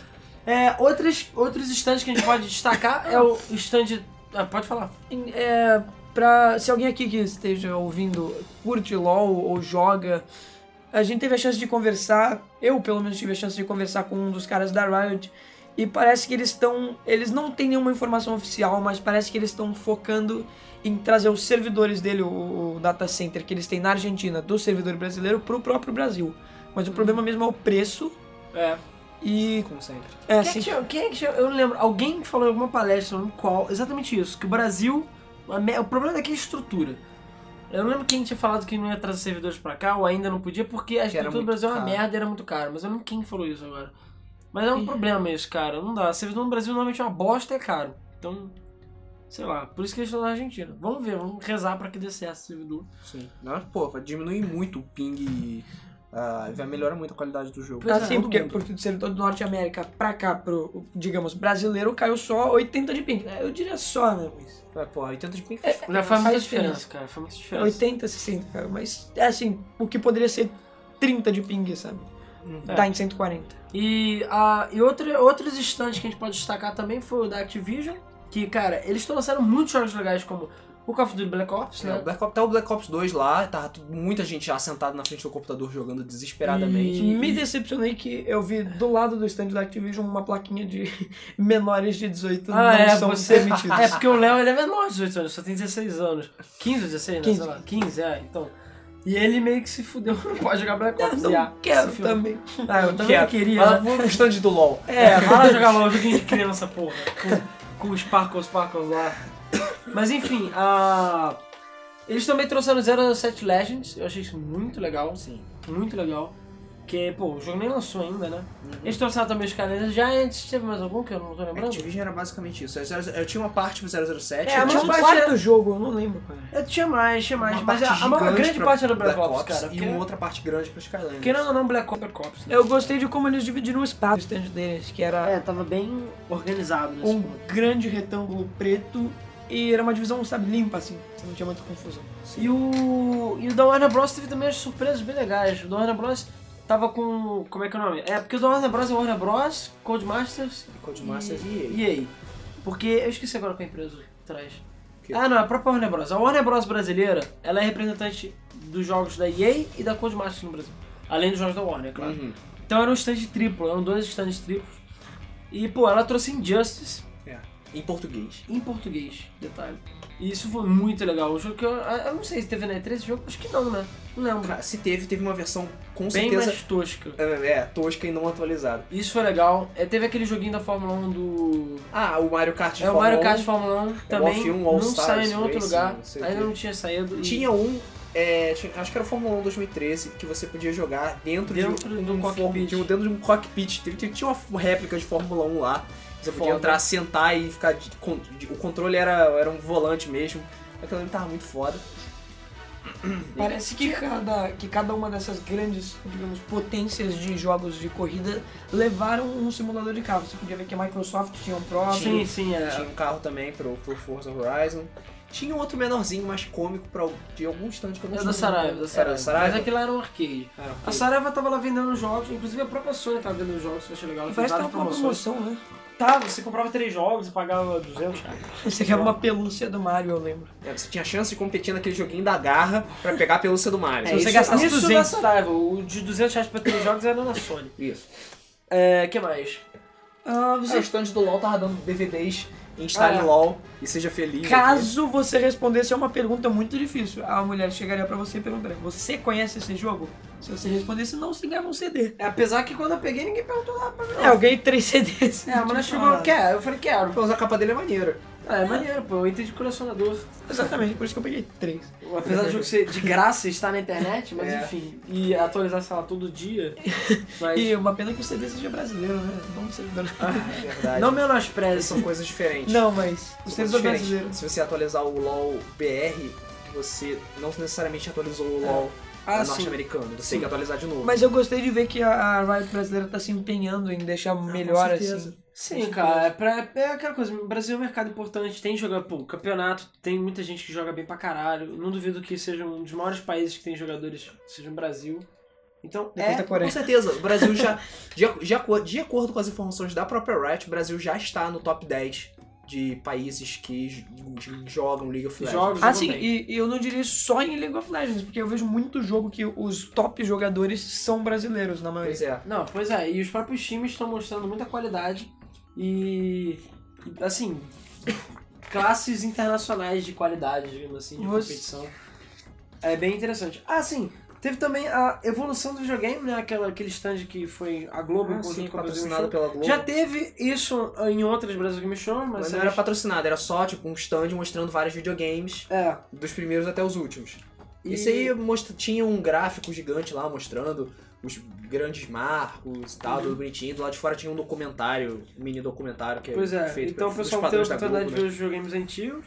é, outras, outros stands que a gente pode destacar é o stand. Ah, pode falar.
É, pra, se alguém aqui que esteja ouvindo curte LOL ou joga, a gente teve a chance de conversar, eu pelo menos tive a chance de conversar com um dos caras da Riot, e parece que eles estão. Eles não têm nenhuma informação oficial, mas parece que eles estão focando em trazer os servidores dele, o, o data center que eles têm na Argentina, do servidor brasileiro, pro próprio Brasil. Mas o problema mesmo é o preço
É.
e.
Como sempre.
É,
Quem é
sim.
que chama- quem é que chama- Eu não lembro. Alguém falou em alguma palestra, não lembro qual. Exatamente isso. Que o Brasil. a me- O problema daqui é a estrutura. Eu não lembro quem tinha falado que não ia trazer servidores pra cá, ou ainda não podia, porque a
Que era
estrutura do
muito
Brasil é uma
caro.
merda e era muito caro. Mas eu não lembro quem falou isso agora. Mas é um
Ih.
problema isso, cara. Não dá. Servidor no Brasil normalmente é uma bosta e é caro. Então, sei lá. Por isso que eles estão na Argentina. Vamos ver, vamos rezar pra que dê certo esse servidor.
Sim. Não, pô, vai diminuir muito o ping e ah, vai melhorar muito a qualidade do jogo.
Pois é,
Assim,
todo
porque,
mundo.
porque do servidor do Norte América pra cá, pro, digamos, brasileiro, caiu só 80 de ping. É, Eu diria só, né? Mas
É, pô, 80 de ping
Já faz muita
faz
diferença, cara. Faz muita diferença.
80, 60, cara. Mas é assim, o que poderia ser 30 de ping, sabe?
É.
Tá em 140.
E, a, e outra, outros stands que a gente pode destacar também foi o da Activision, que, cara, eles estão lançando muitos jogos legais como o Call of Duty Black Ops,
É, o
né?
Black Ops, até o Black Ops 2 lá, tava tudo- muita gente já sentada na frente do computador jogando desesperadamente.
E-
Me decepcionei que eu vi do lado do stand da Activision uma plaquinha de *laughs* menores de 18 não são *laughs* permitidos.
É porque o Léo ele é menor de 18 anos, só tem 16 anos. 15 ou 16, né?
15.
Sei lá, 15, é, então. E ele meio que se fudeu, *laughs* não pode jogar Black
Eu
Ops. já,
não quero
se fudeu.
também.
Ah, eu também não
Quieto.
queria.
Mas
né?
vou pro stand do LoL.
É, vai lá jogar LOL, joguinho de criança, porra. Com, com os Sparkle Sparkles lá. Mas enfim, a... eles também trouxeram 007 Legends, eu achei isso muito legal,
Sim.
muito legal. Porque, pô, o jogo nem lançou ainda, né? Eles trouxeram também os caras já antes, teve mais algum que eu não tô
A
lembrando?
Activision era basicamente isso. Eu, eu tinha uma parte pro 007.
É,
eu
mas
Tinha
tinha
um
parte
quarto
era-
jogo, eu não lembro qual era.
Eu é, tinha mais, tinha mais,
uma
mas
parte
a, a maior
gigante
grande
pra
parte era Black, Ops, cara.
E
porque-
uma outra parte grande pro Skylanders.
Porque não, não, Black Ops, Black Ops. né?
Eu gostei de como eles dividiram o espaço do stand deles, que era
É, tava bem organizado nesse
um
ponto.
grande retângulo preto e era uma divisão, sabe, limpa assim, não tinha muita confusão.
E o, e o da Warner Bros. teve também as surpresas bem legais. O da Warner Bros. tava com. Como é que é o nome? É, porque o da Warner Bros. é Warner Bros., Codemasters
Codemasters e ele.
e EA. Porque eu esqueci agora qual é empresa traz.
Que?
Ah, não, é a própria Warner Bros. A Warner Bros. brasileira, ela é representante dos jogos da EA e da Codemasters no Brasil. Além dos jogos da Warner, claro.
Uhum.
Então era um stand triplo, eram dois stands triplos. E, pô, ela trouxe Injustice,
É. Em português.
em português, detalhe. E isso foi muito legal. Um jogo que eu, eu não sei se teve na E3 esse jogo, acho que não, né? Não lembro.
Cara, se teve, teve uma versão com
Bem
certeza
mais tosca.
é, é, tosca e não atualizada.
Isso foi legal. É, teve aquele joguinho da Fórmula 1 do.
Ah, o Mario Kart de
é o
Fórmula
Mario
1.
Kart Fórmula É 1 também.
F1
não
All-Stars
saiu em nenhum outro
Racing,
lugar.
não sei o
Ainda
quê.
não tinha saído. e
Tinha um, é, tinha- acho que era o Fórmula 1 2013, que você podia jogar dentro,
Dentro
de,
do
um
cockpit.
form- de um- dentro de um cockpit. Tinha- Tinha, tinha uma réplica de Fórmula 1 lá. Você podia
Foda.
entrar, sentar e ficar. de- con- de- o controle era, era um volante mesmo. Aquilo ali tava muito foda.
Parece que cada, que cada uma dessas grandes, digamos, potências de jogos de corrida levaram um simulador de carro. Você podia ver que a Microsoft tinha um próprio.
Sim, sim, é.
Tinha um carro também pro, pro Forza Horizon. Tinha um outro menorzinho, mais cômico, pra, de algum instante que eu não
É
lembro.
da Saraiva, da Saraiva.
da Saraiva?
Mas aquilo era um arcade.
Ah, ok.
A Saraiva tava lá vendendo jogos, inclusive a própria Sony tava vendendo jogos, isso eu achei legal.
E
Ela
Parece que
fez
tava
várias
com uma
promoções.
promoção, né?
Tá, você comprava três jogos e pagava 200 reais.
Você quer uma pelúcia do Mario, eu lembro.
É, você tinha chance de competir naquele joguinho da garra pra pegar a pelúcia do Mario.
É,
Se
isso
você
aí.
gastasse...
gastasse
isso
200.
na Saraiva, tá, o de 200 reais pra três jogos era na Sony.
Isso.
É, que mais?
Ah,
Os
você...
restantes do LoL tava dando DVDs, instale
Ah, é.
LoL e seja feliz.
Caso você respondesse a uma pergunta muito difícil, a mulher chegaria pra você e perguntaria: Você conhece esse jogo? Se você respondesse não, você ganhava um CD.
Apesar que quando eu peguei, ninguém perguntou nada pra mim.
É, eu ganhei três Ah, CDs.
É, a mulher chegou, quer? Eu falei, quero.
Pô, a capa dele é maneira.
Ah, é maneiro, pô, eu entendi de colecionador.
Exatamente, por isso que eu peguei três.
Apesar do jogo ser de graça e estar na internet, mas
É.
enfim, e atualizar, sei lá, todo *laughs* dia. Mas.
E uma pena que o CD seja brasileiro, né? Não servidor.
*laughs* É verdade.
Não
Eles
menospreze.
são coisas diferentes.
Não, mas
São
o servidor
coisas diferentes.
brasileiro.
Se você atualizar o LoL BR, você não necessariamente atualizou o LoL
Ah, sim.
norte-americano. Você
Sim.
tem que atualizar de novo.
É. Mas eu gostei de ver que a a Riot brasileira tá se empenhando em deixar melhor
Ah, certeza.
assim.
Sim, cara, é, pra- é aquela coisa, o Brasil é um mercado importante, tem jogador, pô, campeonato, tem muita gente que joga bem pra caralho, não duvido que seja um dos maiores países que tem jogadores, seja o Brasil. Então,
Depois
é,
da
Com
Coreia.
certeza, o Brasil já, de, ac- de acor- de acordo com as informações da própria Riot, o Brasil já está no top 10 de países que j- j- jogam League of Legends.
Jogos.
Ah, sim,
bem.
e, e eu não diria isso só em League of Legends, porque eu vejo muito jogo que os top jogadores são brasileiros, na maioria.
Pois é.
Não, pois é, e os próprios times estão mostrando muita qualidade e. assim. classes internacionais de qualidade, digamos assim, de
Você-
competição. É bem interessante. Ah, sim, teve também a evolução do videogame, né? Aquela, aquele stand que foi a Globo em
Ah,
conjunto
sim,
com a Brasil
patrocinado
Show.
pela Globo.
Já teve isso em outras Brasil Game Show, mas.
Mas não era patrocinado, era só tipo um stand mostrando vários videogames,
É.
dos primeiros até os últimos.
E-
Isso aí mostra, tinha um gráfico gigante lá mostrando os grandes marcos e tal, tudo bonitinho. Do lado de fora tinha um documentário, um mini documentário que
Pois é,
feito
então o
pelos
pessoal teve a
padrões da
oportunidade de
Globo, né?
ver os videogames antigos.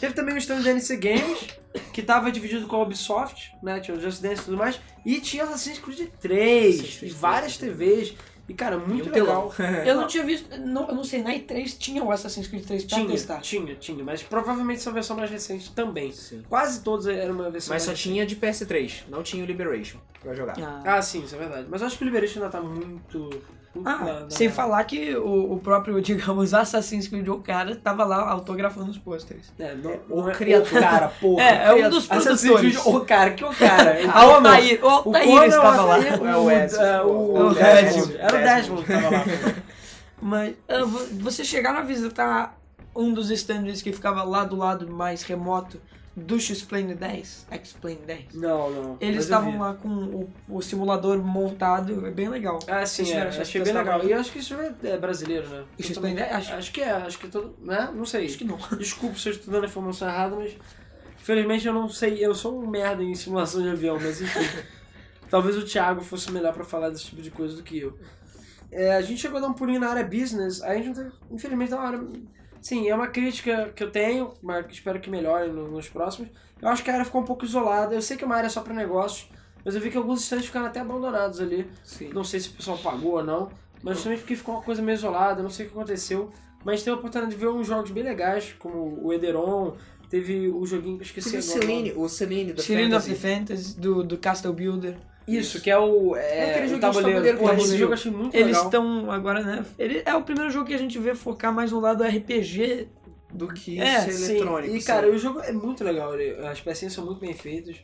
Teve também o stand da NC Games, que tava dividido com a Ubisoft, né? Tinha o Just Dance e tudo mais. E tinha Assassin's Creed 3,
Assassin's Creed
e várias TVs. E, cara, muito
E um
legal.
telão. *laughs*
Eu não tinha visto, não, eu não sei, na E3 tinha o Assassin's Creed 3 pra
Tinha,
testar.
tinha, tinha. Mas provavelmente são versão mais recente também.
Sim.
Quase todos eram uma versão
Mas só
mais
tinha de PS3, não tinha o Liberation pra jogar.
Ah,
Ah, sim, isso é verdade. Mas eu acho que o Liberation ainda tá muito... muito
Ah,
na- na-
Ah, sem falar que o, o próprio, *laughs* digamos, Assassin's Creed, o cara, tava lá autografando os pôsteres.
É, não,
O
não é-
criador, cara, porra.
É, é um dos
Assassin's Creed,
produtores.
o cara, que o
*laughs*
cara. Ele
Ah,
tava
o
lá.
Altair, o
O
Altair
Conan,
estava
o
lá.
Altair,
É o Ezio.
ah,
O
O, o
Desmond.
Desmond. Era o Desmond que tava lá.
Mas ah, vo- vocês chegaram a visitar um dos stands que ficava lá do lado mais remoto do X-Plane 10, X-Plane 10?
*laughs* Não, não. mas
Eles
eu vi.
estavam lá com o, o simulador montado, é bem legal.
Ah, sim,
Vocês
é,
tiveram chance de
achei bem
testar
legal.
lá?
E eu acho que isso é, é brasileiro, né?
O X-Plane 10? Acho,
Acho que é, acho que todo. Né? Não sei.
acho que não.
Desculpa se eu estou dando a informação errada, mas. Infelizmente eu não sei. Eu sou um merda em simulação de avião, mas enfim. Talvez o Thiago fosse melhor pra falar desse tipo de coisa do que eu. É, a gente chegou a dar um pulinho na área business, a gente não teve, infelizmente na área. Sim, é uma crítica que eu tenho, mas que espero que melhore no- nos próximos. Eu acho que a área ficou um pouco isolada. Eu sei que é uma área só pra negócios, mas eu vi que alguns estandes ficaram até abandonados ali.
Sim.
Não sei se o pessoal pagou ou não, mas também porque ficou uma coisa meio isolada, não sei o que aconteceu. Mas teve a oportunidade de ver uns jogos bem legais, como o Ederon, teve o joguinho que eu esqueci
Teve o
agora o nome.
Tipo Celine, o Celine do
Shirin of
Fantasy.
the Fantasy, do, do Castle Builder.
Isso, que é o,
É
é,
aquele joguinho
o
de
tabuleiro.
tabuleiro que
Porra,
a gente
esse
viu.
jogo eu achei muito
Eles
legal.
estão agora, né? Ele é o primeiro jogo que a gente vê focar mais no lado RPG.
Do que
É,
ser
Sim,
eletrônico.
E
sim.
cara, o jogo é muito legal, ele- as pecinhas são muito bem feitas.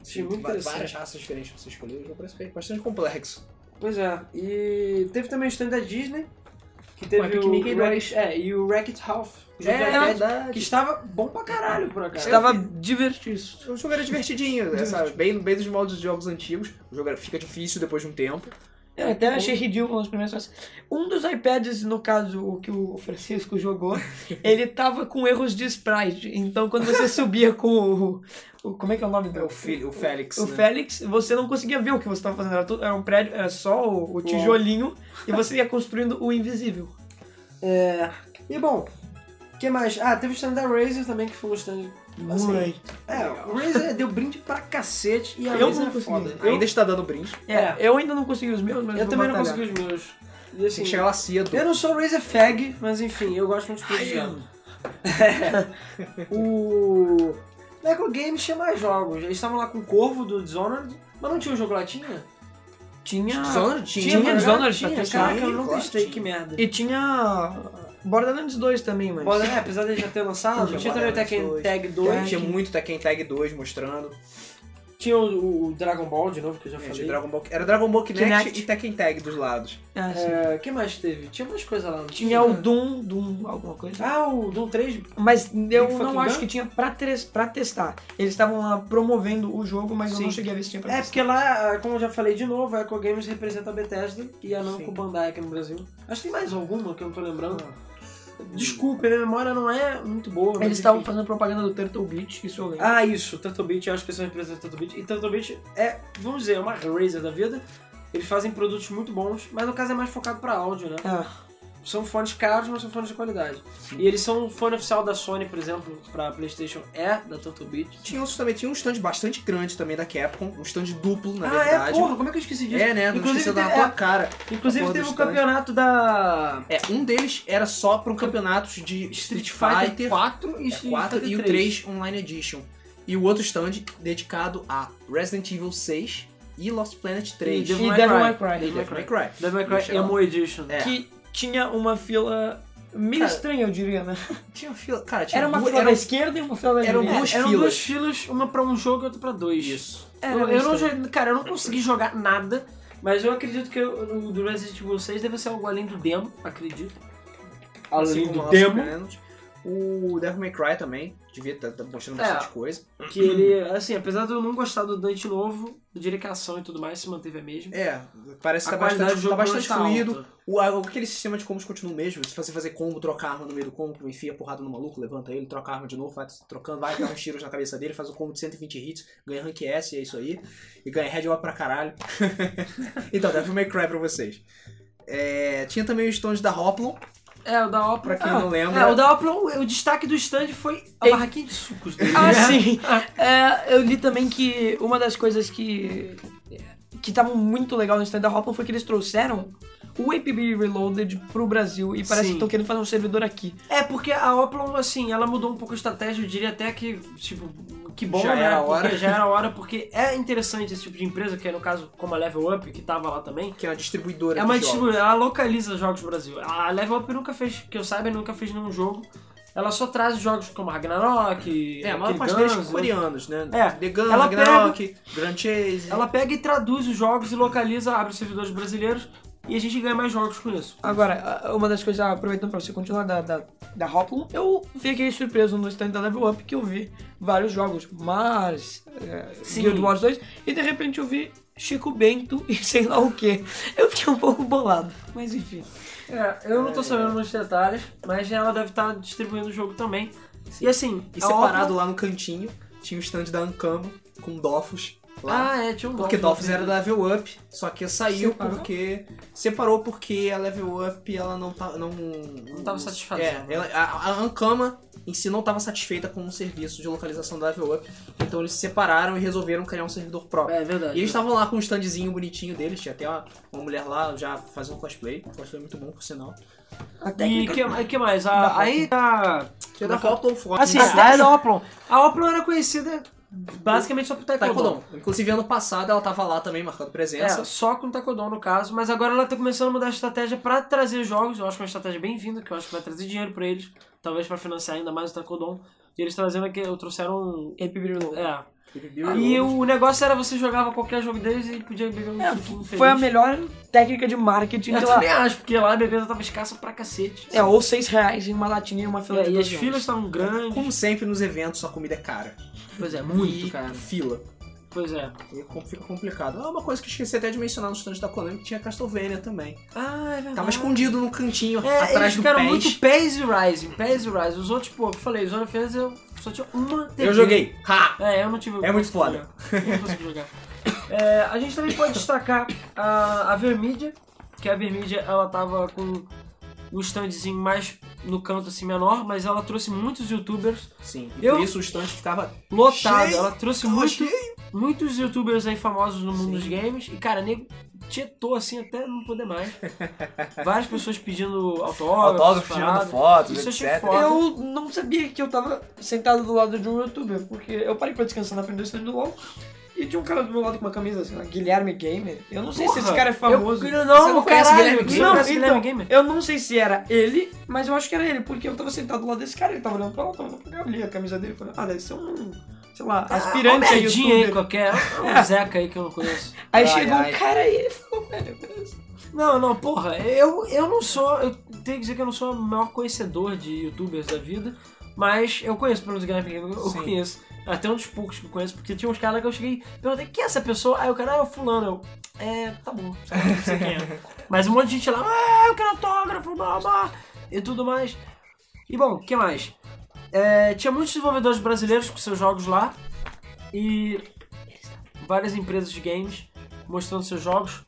Achei muito
Va-
interessante.
Tipo, várias raças diferentes pra você escolher. O jogo parece bem- bastante complexo.
Pois é, e teve também o stand da Disney, que teve
Epic
o
Mickey
Wreck- é, e o Wreck-It Ralph, o jogo de
é
arcade, que
verdade.
estava bom pra caralho por acaso.
Estava divertido.
O é um jogo era divertidinho, né, sabe? Bem, bem dos moldes de jogos antigos. O jogo era- fica difícil depois de um tempo.
Eu até achei ridículo nas primeiras fases. Um dos iPads, no caso, o que o
*laughs*
Francisco jogou, ele tava com erros de sprite. Então, quando você subia com o, o- Como é que é o nome
É
do.
o, Fili- o Félix.
O
né?
Félix, você não conseguia ver o que você tava fazendo. Era, tudo- era um prédio, era só o, o tijolinho e você ia construindo o invisível.
E bom, o que mais? Ah, teve o stand da Razer também, que foi um stand Assim,
Muito.
É,
*laughs*
o Razer deu brinde pra cacete e a
Eu
Razer
não
é foda.
consegui.
Ainda está dando brinde.
É.
Eu ainda não consegui os meus, mas
Eu
vou
também não
batalhar.
consegui os meus. E assim,
Tem que chegar lá cedo.
eu não sou Razer Fag, mas enfim, eu gosto muito de coisas de
am.
Java. *laughs* O. Micro Games tinha mais jogos. Eles estavam lá com o Corvo do Dishonored, mas não tinha o jogo lá, tinha?
Tinha.
Dishonored? né?
Tinha
pra jogar?
Dishonored pra
Tinha,
testar.
caraca, eu não
Claro,
testei,
tinha.
que merda.
E tinha. Borderlands 2 também, mas.
Bora, né? Apesar de já ter lançado, tinha,
Tinha
também o Tekken
Borderlands 2.
Tag 2,
Tinha muito Tekken Tag 2 mostrando.
tinha o, o Dragon Ball de novo, que eu já
É,
falei.
tinha Dragon Ball- Era Dragon Ball Kinect,
Kinect.
e Tekken Tag dos lados.
É, assim.
É, que mais teve? Tinha mais coisa lá. não
Tinha o Doom, Doom, alguma coisa.
Ah, o Doom 3.
Mas eu
fucking
não acho
gun?
que tinha pra, tres- pra testar. Eles estavam lá promovendo o jogo, mas eu
Sim.
não cheguei a ver se tinha pra
É,
testar.
porque lá, como eu já falei de novo, a Eco Games representa a Bethesda e a Namco
Sim.
Bandai aqui no Brasil. Acho que tem mais alguma que eu não tô lembrando. Desculpe, minha memória não é muito boa. mas
Ah, Eles
enfim.
estavam fazendo propaganda do Turtle Beach, isso eu lembro.
Ah, isso, Turtlebit, eu acho que são empresas do Turtlebit. E Turtlebit é, vamos dizer, é uma Razer da vida. Eles fazem produtos muito bons, mas no caso é mais focado pra áudio, né?
Ah,
São fones caros, mas são fones de qualidade. E eles são um fone oficial da Sony, por exemplo, pra PlayStation é da Turtlebit.
Tinha outros também, tinha um stand bastante grande também da Capcom, um stand duplo, na
ah, é,
verdade.
porra, como é que eu esqueci disso?
É, né? Não
Inclusive,
esqueceu da
é,
tua cara.
Inclusive
Porra
teve
do
um
stand.
campeonato da
É, um deles era só para um campeonatos de
Street Fighter, 4 e
é,
Street
4
Fighter
e o 3 Online Edition. E o outro stand dedicado a Resident Evil 6 e Lost Planet 3.
Devil
e
May
Devil
Cry.
May Cry.
E Devil May Cry.
Devil May
Não
Cry
chegou.
Emo Edition.
É.
Que tinha uma fila meio
Cara,
estranha, eu diria, né?
Tinha uma fila. Cara, tinha
Era uma
duas-
fila da
eram-
esquerda e uma fila da
eram
direita.
duas
Eram
filas.
duas filas, uma pra um jogo e outra pra dois. Isso.
Era
eu,
meio
eu não,
estranho.
jo- cara, eu não consegui jogar nada, mas eu acredito que o do Resident Evil 6 deve ser algo além do demo, acredito.
assim
Além
como
do
Lost
demo,
Planet. O Devil May Cry também. Devia estar mostrando
É.
bastante coisa.
que ele, assim, apesar de eu não gostar do Dante novo, direção e tudo mais se manteve a mesma.
É, parece que
a
tá
qualidade do
bastante,
jogo
tá bastante
não está
fluido.
alta.
O, a- aquele sistema de combos continua o mesmo. Se você fazer combo, trocar arma no meio do combo, enfia a porrada no maluco, levanta ele, troca a arma de novo, vai trocando, vai dar uns tiros na cabeça dele, faz um combo de 120 hits, ganha rank S, e é isso aí. E ganha head up pra caralho. *laughs* então, Devil May Cry pra vocês. É, tinha também os stones da Hoplon,
É, o da
pra
Opera.
quem
Ah,
não lembra.
É, o da Opera, o, o destaque do stand foi a
Ei.
barraquinha de sucos dele. *laughs*
Ah, sim. É, eu li também que uma das coisas que que estavam muito legal no stand da Hoplon foi que eles trouxeram o APB Reloaded pro Brasil e
Sim.
parece que estão querendo fazer um servidor aqui.
É, porque a Oplon, assim, ela mudou um pouco a estratégia, eu diria até que, tipo, que bom,
Já
né?
era a
Porque
hora.
Já era a hora, porque é interessante esse tipo de empresa, que é no caso como a Level Up, que tava lá também.
Que é uma distribuidora
É uma
de jogos.
distribuidora, ela localiza jogos no Brasil. A Level Up nunca fez, que eu saiba, nunca fez nenhum jogo. Ela só traz jogos como Ragnarok,
É, a
aquele
maior parte deles
Guns,
coreanos, né?
É,
The Gun,
ela
Ragnarok, Grand Chase.
Ela pega e traduz os jogos e localiza, abre os servidores brasileiros e a gente ganha mais jogos com isso.
Agora, a- uma das coisas, ah, aproveitando pra você continuar da, da, da Hoplon, eu fiquei surpreso no stand da Level Up que eu vi vários jogos, mas é,
Sim.
Guild Wars 2, e de repente eu vi Chico Bento *laughs* e sei lá o que. Eu fiquei um pouco bolado, mas enfim.
É, eu não tô sabendo muitos detalhes, mas ela deve estar distribuindo o jogo também.
Sim.
E assim,
E
a
separado
Oplon-
lá no cantinho, tinha o stand da Ancama com Dofus lá.
Ah, é, tinha um
Porque
Dolphins
Dolphins era da Level Up, só que saiu
Separou?
porque. Separou porque a Level Up ela não tá. Não, não
tava satisfazendo.
É, ela- a, a Ankama em si não estava satisfeita com o serviço de localização da Level Up, então eles se separaram e resolveram criar um servidor próprio.
É verdade.
E eles estavam lá com um standzinho bonitinho deles, tinha até uma, uma mulher lá já fazendo cosplay, cosplay muito bom, por sinal.
E que, que mais? A,
Da
aí a.
Que é da Hoplon Frog.
Assim,
Inclusive,
a, a Oplon. A Oplon era conhecida basicamente só por Taekwondo.
Taekwondo. Inclusive, ano passado ela tava lá também marcando
É,
presença.
só com Taekwondo no caso, mas agora ela tá começando a mudar a estratégia pra trazer jogos. Eu acho que é uma estratégia bem-vinda, que eu acho que vai trazer dinheiro pra eles, talvez pra financiar ainda mais o Taekwondo. E eles trazendo aqui, trouxeram.
APB Reloaded.
É. E
E o-
o negócio era você jogava qualquer jogo deles e podia beber um
É,
suquinho
Foi a
feliz.
melhor técnica de marketing
Eu
de lá. *laughs*
também acho, porque lá a bebida tava escassa pra cacete.
É, ou seis reais em uma latinha e uma fila
É,
de
e as
dois
filas estavam grandes.
Como sempre nos eventos, a comida é cara.
Pois é,
e
muito, cara.
fila.
Pois é.
E com- Fica complicado. Ah, uma coisa que eu esqueci até de mencionar no stand da Konami que tinha Castlevania também.
Ah, é verdade.
Tava escondido num cantinho
É,
Tá atrás
eles
do
ficaram
PES.
muito PES e Rising, PES e Rising. Os outros, pô, que eu falei, Zona Fez eu só tinha uma TV.
Eu joguei. Ha!
É, eu não tive.
É muito foda.
Eu Não consegui jogar. É, a gente também pode destacar a, a Vermídia, que a Vermídia ela tava com um standzinho mais no canto assim menor, mas ela trouxe muitos youtubers
Sim. E
Eu-
por isso o stand ficava
lotado.
Cheio,
Ela trouxe
tava
muito,
cheio.
muitos youtubers aí famosos no mundo dos
Sim.
games. E, cara, nego tietou assim até não poder mais. Várias pessoas pedindo autógrafos.
autógrafos tirando
paradas.
fotos,
Isso eu achei
etc.
foda.
Eu não sabia que eu tava sentado do lado de um youtuber, porque eu parei pra descansar na frente do stand do LoL. E tinha um cara do meu lado com uma camisa assim, ó, Guilherme Gamer. Eu não sei se esse
Porra,
cara é famoso.
Eu, não,
Você não conhece
caralho.
Guilherme
você
Não,
não conhece
então,
Guilherme Gamer?
eu não sei se era ele, mas eu acho que era ele, porque eu tava sentado do lado desse cara, ele tava olhando pra lá, tava olhando pra cá, eu li a camisa dele e falei, ah, deve ser um, sei lá, aspirante a
Ah, uma merdinha aí
youtuber.
qualquer. Um Zeca aí que eu não conheço.
Aí
Ai,
chegou
ai.
um cara e ele falou, velho, beleza.
Não, não, porra, eu, eu não sou. Eu tenho que dizer que eu não sou o maior conhecedor de youtubers da vida, mas eu conheço pelo menos o Guilherme Gamer, eu
Sim.
conheço. Até um dos poucos que eu conheço, porque tinha uns caras lá que eu cheguei e perguntei, quem é essa pessoa? Aí o cara, ah, é o fulano, eu. É, tá bom, sabe, não sei quem é. Mas um monte de gente lá, ah, eu quero autógrafo, blá blá blá, e tudo mais. E bom, o que mais? É, tinha muitos desenvolvedores brasileiros com seus jogos lá e várias empresas de games mostrando seus jogos.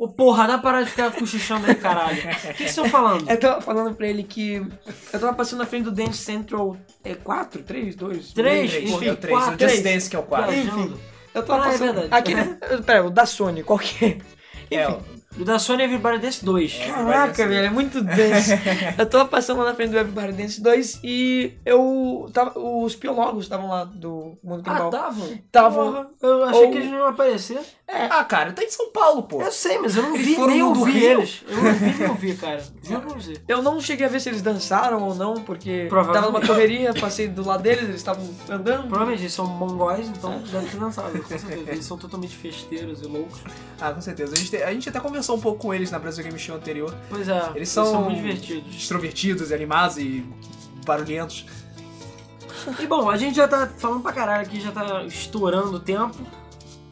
Ô porra, dá para de ficar cochichando aí,
*laughs*
caralho. O que vocês estão
É
falando?
Eu tava falando pra ele que eu tava passando na frente do Dance Central é, 4, 3,
Três,
2,
Três,
enfim,
é o três,
quatro,
o Just
três.
Dance que é o quatro.
Viajando.
Eu tava
Ah, é
passando.
verdade. *laughs*
Aquele. Pera, o da Sony, qual que é?
É,
Enfim.
O da Sony Everybody Dance Ah, 2.
É.
Caraca,
Dance.
assim.
velho,
*laughs*
é muito dance. eu tava passando lá na frente do Everybody Dance 2 e eu. Tava, os piologos estavam lá do Mundo
Ah,
Tá
Pinball.
tavam?
Tavam.
Porra, Eu achei
Ou-
que eles não iam aparecer.
Ah, cara, tá em São Paulo, pô.
Eu sei, mas eu não
Eles
vi
foram
nem
no do
ouvi
Rio?
eles. Eu não vi nem ouvi, cara. Juro pra você.
Eu não cheguei a ver se eles dançaram ou não, porque
Provavelmente.
tava numa correria, passei do lado deles, eles estavam andando.
Provavelmente eles são mongóis, então devem ter dançado, com certeza. Eles são totalmente festeiros e loucos.
Ah, com certeza. A gente, te- a gente até conversou um pouco com eles na Brasil Game Show anterior.
Pois é,
Eles são,
muito divertidos.
Extrovertidos, e animados e barulhentos.
E bom, a gente já tá falando pra caralho aqui, já tá estourando o tempo.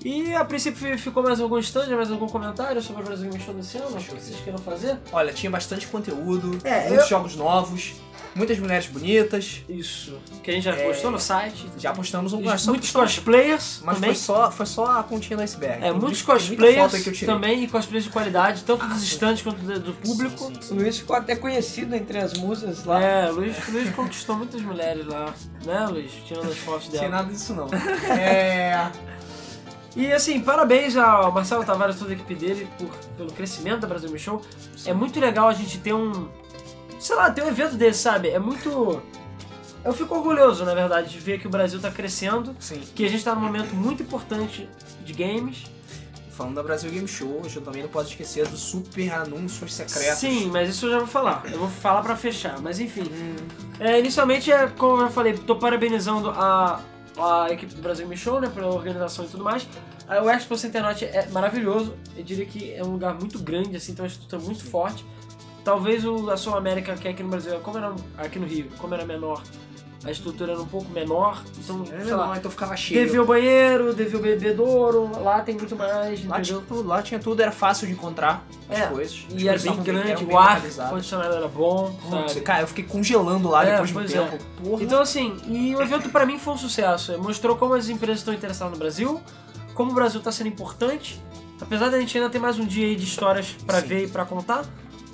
E a princípio ficou mais algum stand, mais algum comentário sobre o Brasil Game Show desse ano? Acho que vocês queiram fazer.
Olha, tinha bastante conteúdo,
É,
muitos jogos novos, muitas mulheres bonitas.
Isso. Que a gente já
É.
postou no site.
Já postamos um
Muitos
só-
cosplayers
Mas
também.
foi só, foi só a pontinha do iceberg.
É,
Tem
muitos
muita- muita
cosplayers
foto aí que eu tirei. Ah,
também e cosplayers de qualidade, tanto dos stands quanto do, do público.
Sim,
O
sim.
Luiz ficou até conhecido entre as musas lá.
É, Luiz, Luiz conquistou muitas mulheres lá, né, Luiz? Tirando as fotos
Sem
dela.
nada disso não. É. *laughs*
E assim, parabéns ao Marcelo Tavares e toda a equipe dele por, pelo crescimento da Brasil Game Show. É muito legal a gente ter um. Sei lá, ter um evento desse, sabe? É muito. Eu fico orgulhoso, na verdade, de ver que o Brasil tá crescendo,
Sim.
que a gente tá num momento muito importante de games.
Falando da Brasil Game Show, a gente também não pode esquecer dos super anúncios secretos.
Sim, mas isso eu já vou falar. Eu vou falar pra fechar, mas enfim.
Hum.
É, inicialmente, é, como eu já falei, tô parabenizando a, a equipe do Brasil Game Show, né, pela organização e tudo mais. A- O Expo Centenaut é maravilhoso, eu diria que é um lugar muito grande, assim, tem uma estrutura muito forte. Talvez o, a Sul América, que é aqui no Brasil, como era aqui no Rio, como era menor, a estrutura era um pouco menor, então,
É,
sei lá,
não, então ficava cheio.
devia o banheiro, devia o bebedouro, lá tem muito mais,
Lá
entendeu?
tinha, tipo, tudo, lá tinha tudo, era fácil de encontrar as
É,
coisas. As
E era
coisas
bem
estavam
grande,
eram
o ar
localizadas.
condicionado era bom,
Putz,
sabe?
cara, eu fiquei congelando lá
É,
depois de um
pois
tempo. Porra.
Então assim, e o evento pra mim foi um sucesso. Mostrou como as empresas estão interessadas no Brasil, como o Brasil tá sendo importante. Apesar da gente ainda ter mais um dia aí de histórias pra
Sim.
ver e pra contar,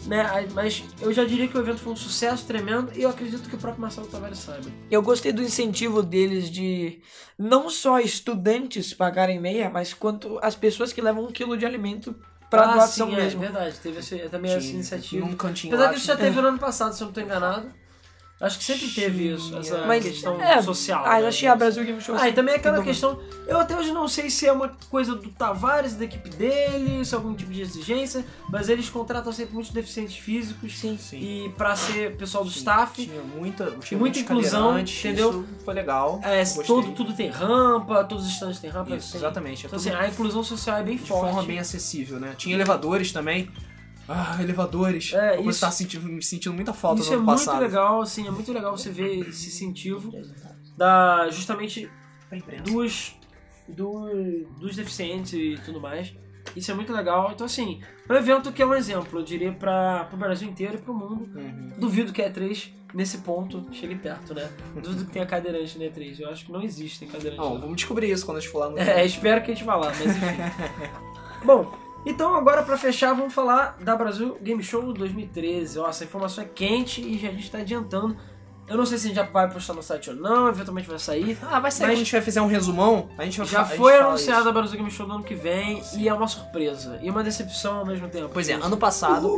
né? Aí- Mas eu já diria que o evento foi um sucesso tremendo e eu acredito que o próprio Marcelo Tavares saiba.
Eu gostei do incentivo deles de não só estudantes pagarem meia, mas quanto as pessoas que levam um quilo de alimento pra
Ah,
doação
sim,
mesmo.
É verdade, teve esse- também
Tinha
essa iniciativa.
Num cantinho
Apesar
lá,
que isso já
tinha-
teve no ano passado, se eu não tô enganado. Acho que sempre teve isso, essa
Mas,
questão
é,
social.
Ah,
né?
eu achei a Brasil Game Show
Ah, e
assim,
também aquela
Tudo bem.
questão. Eu até hoje não sei se é uma coisa do Tavares, da equipe dele, se é algum tipo de exigência, mas eles contratam sempre muitos deficientes físicos.
Sim, sim.
E pra ser pessoal do
Sim,
staff,
um Tinha muita, tinha
Muita
muitos
inclusão,
cadeirantes,
entendeu?
Isso foi legal.
é,
gostei.
todo, tudo tem rampa, todos os stands têm rampa.
Isso,
tem-
exatamente. É
Então,
tudo
assim, a inclusão social é bem
de
forte.
forma bem acessível, né? Tinha elevadores também. Ah, elevadores.
É,
Como
isso-
eu tava sentindo, me sentindo muita falta
Isso
no
é
ano
muito
passado.
legal, assim, é muito legal você ver esse incentivo da justamente
Pra imprensa.
dos, do- dos deficientes e tudo mais. Isso é muito legal. Então, assim, é um evento que é um exemplo, eu diria, para o Brasil inteiro e para o mundo.
Uhum.
Duvido que a E3, nesse ponto, chegue perto, né? Duvido que tenha cadeirante na E3. Eu acho que não *laughs* É, existem cadeirantes
Não,
lá.
vamos descobrir isso quando a gente for lá no.
É, espero que a gente vá lá, mas enfim. Bom, Então, agora pra fechar, vamos falar da Brasil Game Show 2013. Ó, essa informação é quente e já a gente tá adiantando. Eu não sei se a gente já vai postar no site ou não, eventualmente vai sair.
Ah, vai sair
Mas-
quando a gente vai fazer um resumão, a gente vai
Já
fa- a gente
foi
fala
anunciada a
isso.
Brasil Game Show do ano que vem e é uma surpresa. E uma decepção ao mesmo tempo.
Pois é, ano passado,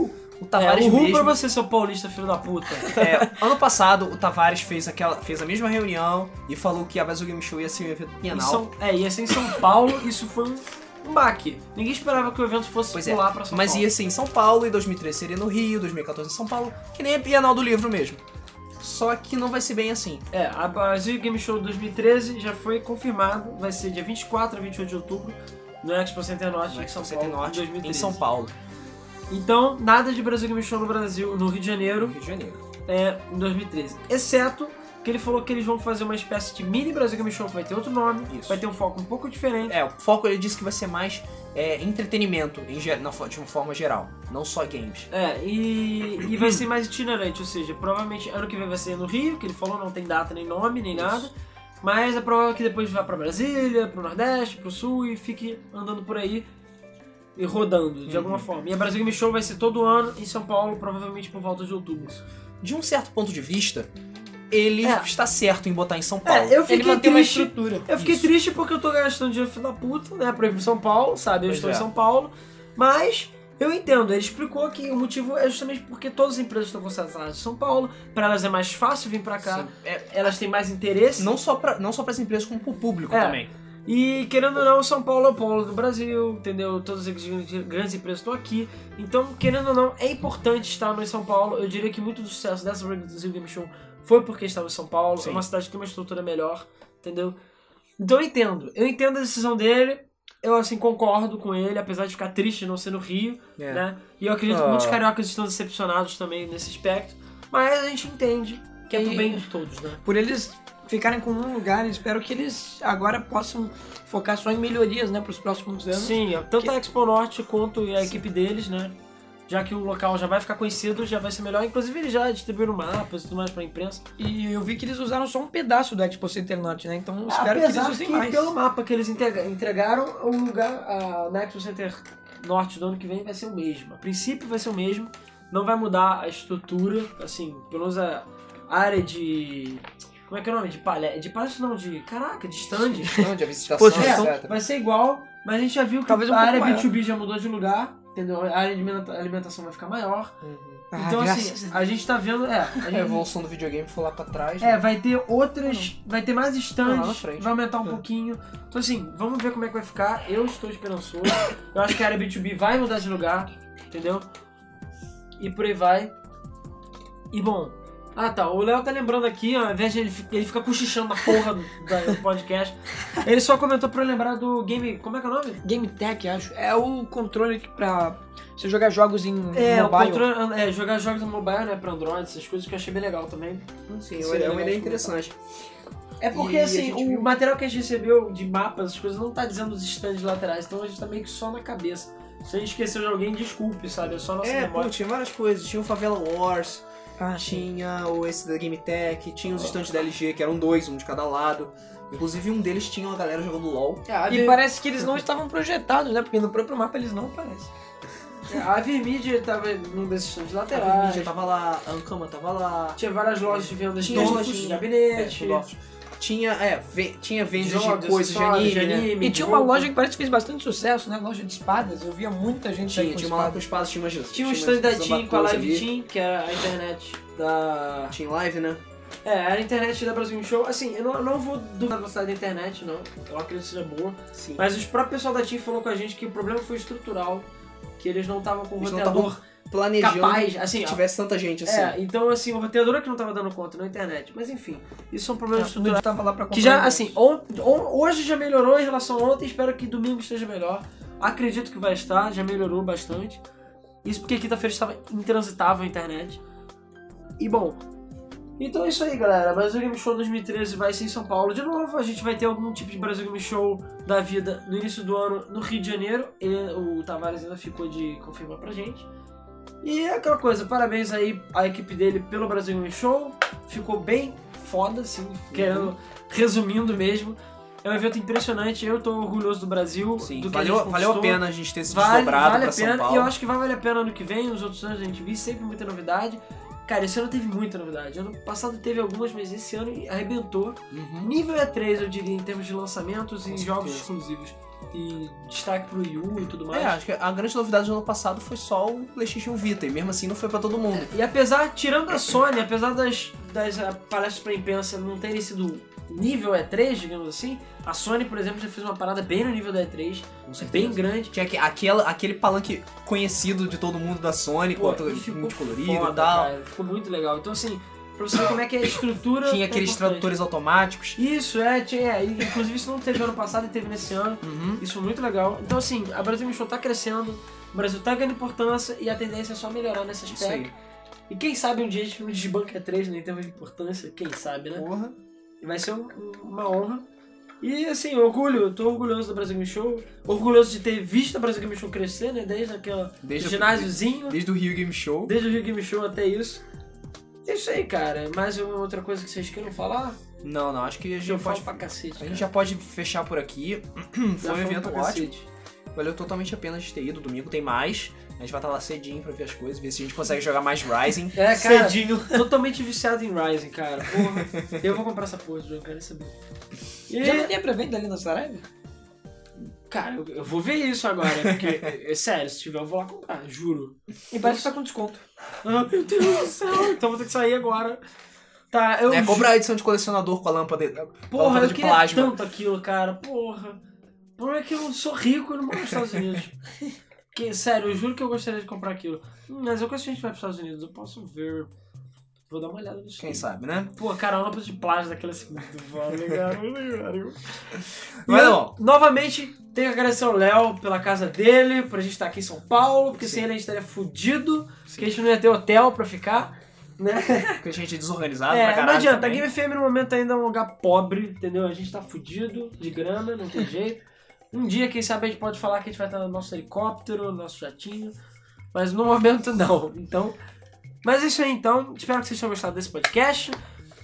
o
É,
Tavares
uhul
mesmo...
pra você, seu paulista, filho da
*laughs*
puta.
É, ano passado, o Tavares fez, aquela, fez a mesma reunião e falou que a Brasil Game Show ia ser um evento
Em
bienal.
São, é, ia ser em São Paulo, isso foi um, um baque. Ninguém esperava que o evento fosse
Pois é,
pular pra São
Mas
Paulo.
ia ser em São Paulo, e 2013 seria no Rio, 2014 em São Paulo, que nem a Bienal do Livro mesmo. Só que não vai ser bem assim.
É, a Brasil Game Show 2013 já foi confirmado, vai ser dia 24 a 28 de outubro no Expo Center Norte, em São
Vai ter
Paulo,
norte,
em 2013.
em São Paulo,
Então, nada de Brasil Game Show no Brasil, no Rio de
no
Janeiro,
Rio de Janeiro.
é, em 2013. Exceto que ele falou que eles vão fazer uma espécie de mini Brasil Game Show, que vai ter outro nome,
Isso.
vai ter um foco um pouco diferente.
É, o foco ele disse que vai ser mais é, entretenimento em, ge- na fo- de uma forma geral, não só games.
É, e, e vai ser mais itinerante, ou seja, provavelmente ano que vem vai ser no Rio, que ele falou, não tem data nem nome, nem nada. Mas é provável que depois vá pra Brasília, pro Nordeste, pro Sul e fique andando por aí e rodando de alguma forma. E a Brasil Game Show vai ser todo ano em São Paulo, provavelmente por volta de outubro.
De um certo ponto de vista, ele
É.
está certo em botar em São Paulo.
eu
Ele mantém uma estrutura.
Eu fiquei
Isso.
triste porque eu tô gastando dinheiro filho da puta, né, pra ir pro São Paulo, sabe? Eu
Pois
estou
é.
em São Paulo, mas eu entendo. Ele explicou que o motivo é justamente porque todas as empresas estão concentradas em São Paulo, pra elas é mais fácil vir pra cá,
Sim. É,
elas têm mais interesse.
não só para não só para as empresas como para o público
É.
também.
E querendo ou não, São Paulo é o polo do Brasil, entendeu? Todas as grandes grandes empresas estão aqui. Então, querendo ou não, é importante estar em São Paulo. Eu diria que muito do sucesso dessa Brasil Game Show foi porque estava em São Paulo.
Sim.
É uma cidade que tem uma estrutura melhor, entendeu? Então eu entendo. Eu entendo a decisão dele. Eu, assim, concordo com ele, apesar de ficar triste de não ser no Rio,
É.
né? E eu acredito que
Ah.
muitos cariocas estão decepcionados também nesse aspecto. Mas a gente entende que é pro
E-
bem de todos, né?
por eles ficarem com um lugar, espero que eles agora possam focar só em melhorias, né, para os próximos anos.
Sim, tanto a Expo Norte quanto a equipe deles, né? Já que o local já vai ficar conhecido, já vai ser melhor. Inclusive, eles já distribuíram mapas e tudo mais pra imprensa.
E eu vi que eles usaram só um pedaço do Expo Center Norte, né? Então espero que eles
Ah, Apesar
usem
que,
mais.
pelo mapa que eles entrega- entregaram, o lugar, a na Expo Center Norte do ano que vem vai ser o mesmo. A princípio vai ser o mesmo. Não vai mudar a estrutura, assim, pelo menos a área de... Como é que é o nome? De palha... De palestra não, de... Caraca, de stand.
Onde a visitação,
Exposição
etc.
É, então, vai ser igual, mas a gente já viu que
É, Talvez um
a
pouco
área
maior.
B2B já mudou de lugar, entendeu? A área de alimenta- alimentação vai ficar maior.
É.
Ah,
então,
graças
assim,
a
a gente tá vendo. É,
*laughs*
a
Uhum. A
gente,
evolução do videogame foi lá pra trás. né?
é vai ter outras. Vai ter mais
Ah, na
stands,
frente.
vai aumentar um pouquinho. Então, assim, vamos ver como é que vai ficar. Eu estou esperançoso. Eu acho que a área B2B vai mudar de lugar, entendeu? E por aí vai. E bom. Ah tá, o Léo tá lembrando aqui, ó, ao invés de ele, fi- ele ficar cochichando na porra do, da- do podcast, ele só comentou pra eu lembrar do game. Como é que é o nome?
Game Tech, acho. É o controle que pra você jogar jogos em
É, o
mobile.
controle, é, jogar jogos no mobile, né, pra Android, essas coisas que eu achei bem legal também.
Sim,
Isso é
é
legal
uma ideia
de
interessante.
É porque,
E a
assim,
gente
o
viu-
material que a gente recebeu de mapas, as coisas, não tá dizendo os stands laterais, então a gente tá meio que só na cabeça. Se a gente esqueceu de alguém, desculpe, sabe? É só nossa
É, pô,
memória.
tinha várias coisas. Tinha o Favela Wars,
Ah, sim.
tinha o esse da Game Tech, tinha os estantes da LG, que eram dois, um de cada lado. Inclusive, um deles tinha uma galera jogando LOL.
É, a,
E
Ver-
parece que eles não estavam projetados, né? Porque no próprio mapa eles não aparecem.
a Vermídia tava num desses stands
A
laterais.
Ninja tava lá, a Ankama tava lá.
Tinha várias lojas de vendas de
Tinha
doces,
lojas-
tipo de
É,
gabinete,
Loftus. tinha, é, ve- tinha vendas
jogos,
de coisas de
acessórios,
anime,
de
né?
anime,
E
de
tinha uma
roupa.
loja que parece que fez bastante sucesso, né? Loja de espadas. Eu via muita gente aí
Tinha,
com
tinha uma lá com
espadas.
espadas, tinha umas
Tinha um
umas
stand da
umas
Team com a
batutas
Live
ali.
Team, que era a internet da
Tinha live, né?
É, era a internet da Brasil Game Show. Assim, eu não, não vou duvidar da velocidade da internet, não. Eu acredito que seja boa.
Sim.
Mas os próprios pessoal da TIM falou com a gente que o problema foi estrutural. Que eles não estavam com o
Eles não
roteador
Planejando
capaz.
que
Assim, ó,
tivesse tanta gente assim.
é, então assim, o roteador é que não tava dando conta, não a internet. Mas enfim, isso é um problema
O Nude
estrutural.
tava lá pra comprar.
Que
é
já, assim, on- on- hoje já melhorou em relação a ontem, espero que domingo esteja melhor. Acredito que vai estar, já melhorou bastante. Isso porque quinta-feira estava intransitável a internet. E bom, então é isso aí, galera. Brasil Game Show 2013 vai ser em São Paulo de novo. A gente vai ter algum tipo de Brasil Game Show da vida no início do ano no Rio de Janeiro. E o Tavares ainda ficou de confirmar pra gente. E é aquela coisa, parabéns aí à equipe dele pelo Brasil Game Show. Ficou bem foda, assim, querendo, resumindo mesmo. É um evento impressionante, eu tô orgulhoso do Brasil.
Sim,
do que a
valeu,
gente
valeu a
conquistou.
pena a gente ter se
Vale,
desdobrado
vale
pra
a pena.
São Paulo.
E eu acho que vai valer a pena ano que vem, nos outros anos a gente vi sempre muita novidade. Cara, esse ano teve muita novidade. Ano passado teve algumas, mas esse ano arrebentou.
Uhum.
Nível E3, eu diria, em termos de lançamentos
Com
e jogos
certeza.
exclusivos. E destaque pro Yu e tudo mais.
É, acho que a grande novidade do ano passado foi só o PlayStation Vita, e mesmo assim não foi pra todo mundo.
E apesar, tirando a Sony, apesar das, das ah, palestras pra imprensa não terem sido nível E3, digamos assim, a Sony, por exemplo, já fez uma parada bem no nível da E3,
Com
bem grande.
Tinha que, aquela, aquele palanque conhecido de todo mundo da Sony,
Pô,
com todo-
e ficou
muito colorido
foda,
e tal.
cara, ficou muito legal. Então, assim, pra você ver como é que é a estrutura.
*laughs* Tinha
é
aqueles
importante.
tradutores automáticos.
Isso, é, tinha. é, Inclusive, isso não teve ano passado e teve nesse ano.
Uhum.
Isso é muito legal. Então, assim, a Brasil Michel tá crescendo, o Brasil tá ganhando importância e a tendência é só melhorar nesse
Isso
aspecto.
aí.
E quem sabe um dia a gente não desbanca 3 né, em termos de importância, quem sabe, né?
Porra.
E Vai ser um- uma honra. E assim, orgulho, eu tô orgulhoso do Brasil Game Show, orgulhoso de ter visto a Brasil Game Show crescer, né? Desde aquele
Desde,
ginásiozinho,
desde o Rio Game Show.
desde o Rio Game Show até isso. É isso aí, cara. Mais uma outra coisa que vocês queiram falar?
Não, não, acho que a
Eu
gente,
falo
pode,
pra cacete.
a gente
cara.
já pode fechar por aqui. *clears throat* Foi um
é Já falo
evento
pra
ótimo.
cacete.
Valeu totalmente a pena de ter ido. Domingo tem mais. A gente vai estar lá cedinho pra ver as coisas, ver se a gente consegue jogar mais Rising.
É, cara, *laughs* totalmente viciado em Rising, cara. Porra,
*laughs*
eu vou comprar essa porra de jogo, quero saber.
Já não
E,
tem a pré-venda ali na Saraiva?
cara, eu, eu vou ver isso agora, porque, *laughs* é, é sério, se tiver eu vou lá comprar, juro.
E parece que tá com desconto.
Ah, meu Deus do céu. *laughs* Então vou ter que sair agora. Tá, eu.
É, compra a edição de colecionador com a lâmpada.
Porra,
lâmpada
eu
de
queria
plasma.
tanto aquilo, cara. Porra. O problema é que eu sou rico e não moro nos Estados
*laughs*
Unidos. Porque, sério, eu juro que eu gostaria de comprar aquilo. Hum, Mas eu conheço a gente vai pros Estados Unidos. Eu posso ver. Vou dar uma olhada nisso.
Quem sabe, né?
Pô, cara, uma lâmpada de plástico daquela assim. Muito vale, cara. cara.
Mas
E eu,
não.
Novamente, tenho que agradecer ao Léo pela casa dele, por a gente estar aqui em São Paulo, porque sem ele a gente estaria fudido, porque a gente não ia ter hotel pra ficar, né?
Porque a gente é desorganizado pra
É,
caralho.
não adianta.
também.
A Game FM no momento ainda é um lugar pobre, entendeu? A gente tá fudido de grana, não tem jeito. Um dia, quem sabe, a gente pode falar que a gente vai estar no nosso helicóptero, no nosso jatinho. Mas no momento, *laughs* não. Então. Mas é isso aí, então. Espero que vocês tenham gostado desse podcast.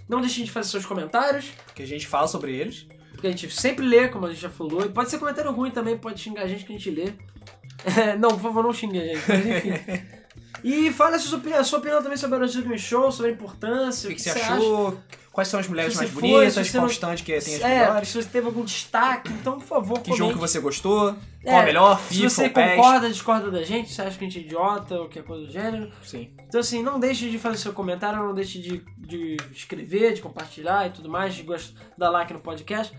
Não deixem de fazer seus comentários,
Que a gente fala sobre eles.
porque a gente sempre lê, como a gente já falou. E pode ser comentário ruim também, pode xingar a gente que a gente lê. É, não, por favor, não xingue a gente, mas enfim.
*laughs*
E fala a sua opinião, a sua opinião também sobre o Brasil Game Show, sobre a importância,
O que, que você
acha.
achou? Quais são as mulheres
Se
mais
foi, se
bonitas?
você
Qual
não-
stand que tem as
É,
melhores?
se você teve algum destaque, então, por favor,
Que jogo que
comente.
você gostou?
É,
Qual a melhor?
Se
FIFA,
você
ou PES?
concorda, discorda da gente, se acha que a gente é idiota ou qualquer coisa do gênero.
Sim.
Então, assim, não deixe de fazer seu comentário, não deixe de, de escrever, de compartilhar e tudo mais, de gost- dar like no podcast.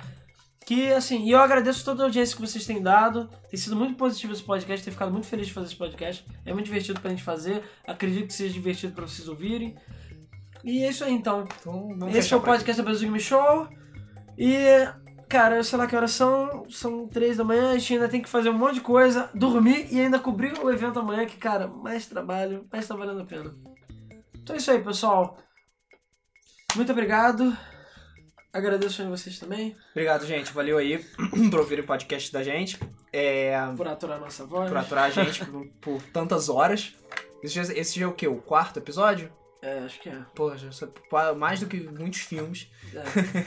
Que, assim, e eu agradeço toda a audiência que vocês têm dado. Tem sido muito positivo esse podcast, tenho ficado muito feliz de fazer esse podcast. É muito divertido pra gente fazer, acredito que seja divertido pra vocês ouvirem. E é isso aí, então.
Então, vamos
Esse
fechar
foi o
por aqui.
podcast da Brasil Game Show. E, cara, eu sei lá que horas são. São três da manhã, a gente ainda tem que fazer um monte de coisa, dormir e ainda cobrir o evento amanhã, que, cara, mais trabalho, mais tá valendo a pena. Então é isso aí, pessoal. Muito obrigado. Agradeço a vocês também
Obrigado, gente. Valeu aí *clears throat* por ouvir o podcast da gente. É,
por aturar a nossa voz.
por aturar a gente por, por tantas horas. Esse já, esse já é o quê? O quarto episódio?
É, acho que é.
Porra, já sou- qua- mais do que muitos filmes.
É.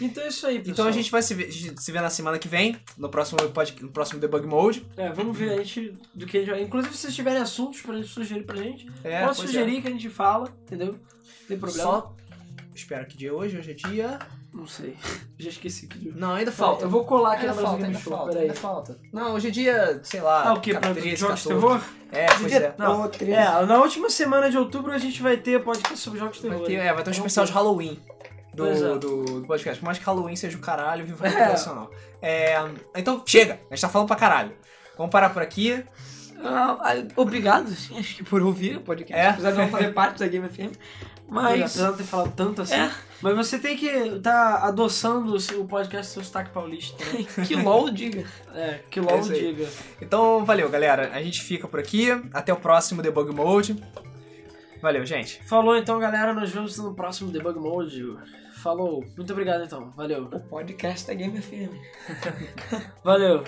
então é isso aí, pessoal.
Então a gente vai se ver, se ver na semana que vem, no próximo, pod, no próximo Debug Mode.
É, vamos ver a gente do que a gente vai. Inclusive, se vocês tiverem assuntos pra gente sugerir pra gente,
É,
pode
pois
sugerir que a gente fala, entendeu? Não tem
É.
problema.
Só. Espero que dia hoje, hoje é dia.
Não sei. *laughs* Já esqueci que dia.
Não, ainda
Falta.
falta.
Eu vou colar aqui
Ainda
na
falta,
Brasil Game
ainda
Show,
falta,
peraí.
ainda falta. Não, hoje é dia, sei lá.
Ah, o que? Pra
13,
jogos de
14.
terror?
É, pois é.
Não.
Ô, treze.
É, na última semana de outubro a gente vai ter podcast sobre jogos de
Vai
terror.
ter,
né?
é, vai ter um especial de Halloween do,
Pois é.
do, do podcast. Por mais que Halloween seja o caralho, viva
É.
é. nacional. É, então, chega. A gente tá falando pra caralho. Vamos parar por aqui.
Ah, ah, obrigado, sim, acho que por ouvir o podcast.
É.
Apesar de não fazer parte da Game FM.
Obrigado,
Mas.
Apesar de ter falado tanto assim.
É.
Mas você tem que tá adoçando o seu podcast seu sotaque paulista. Né?
*laughs* Que LOL diga.
É, que
É
logo
isso aí.
diga.
Então, valeu, galera. A gente fica por aqui. Até o próximo Debug Mode. Valeu, gente.
Falou então, galera. Nos vemos no próximo Debug Mode. Falou. Muito obrigado então. Valeu.
O podcast da Game FM.
Valeu.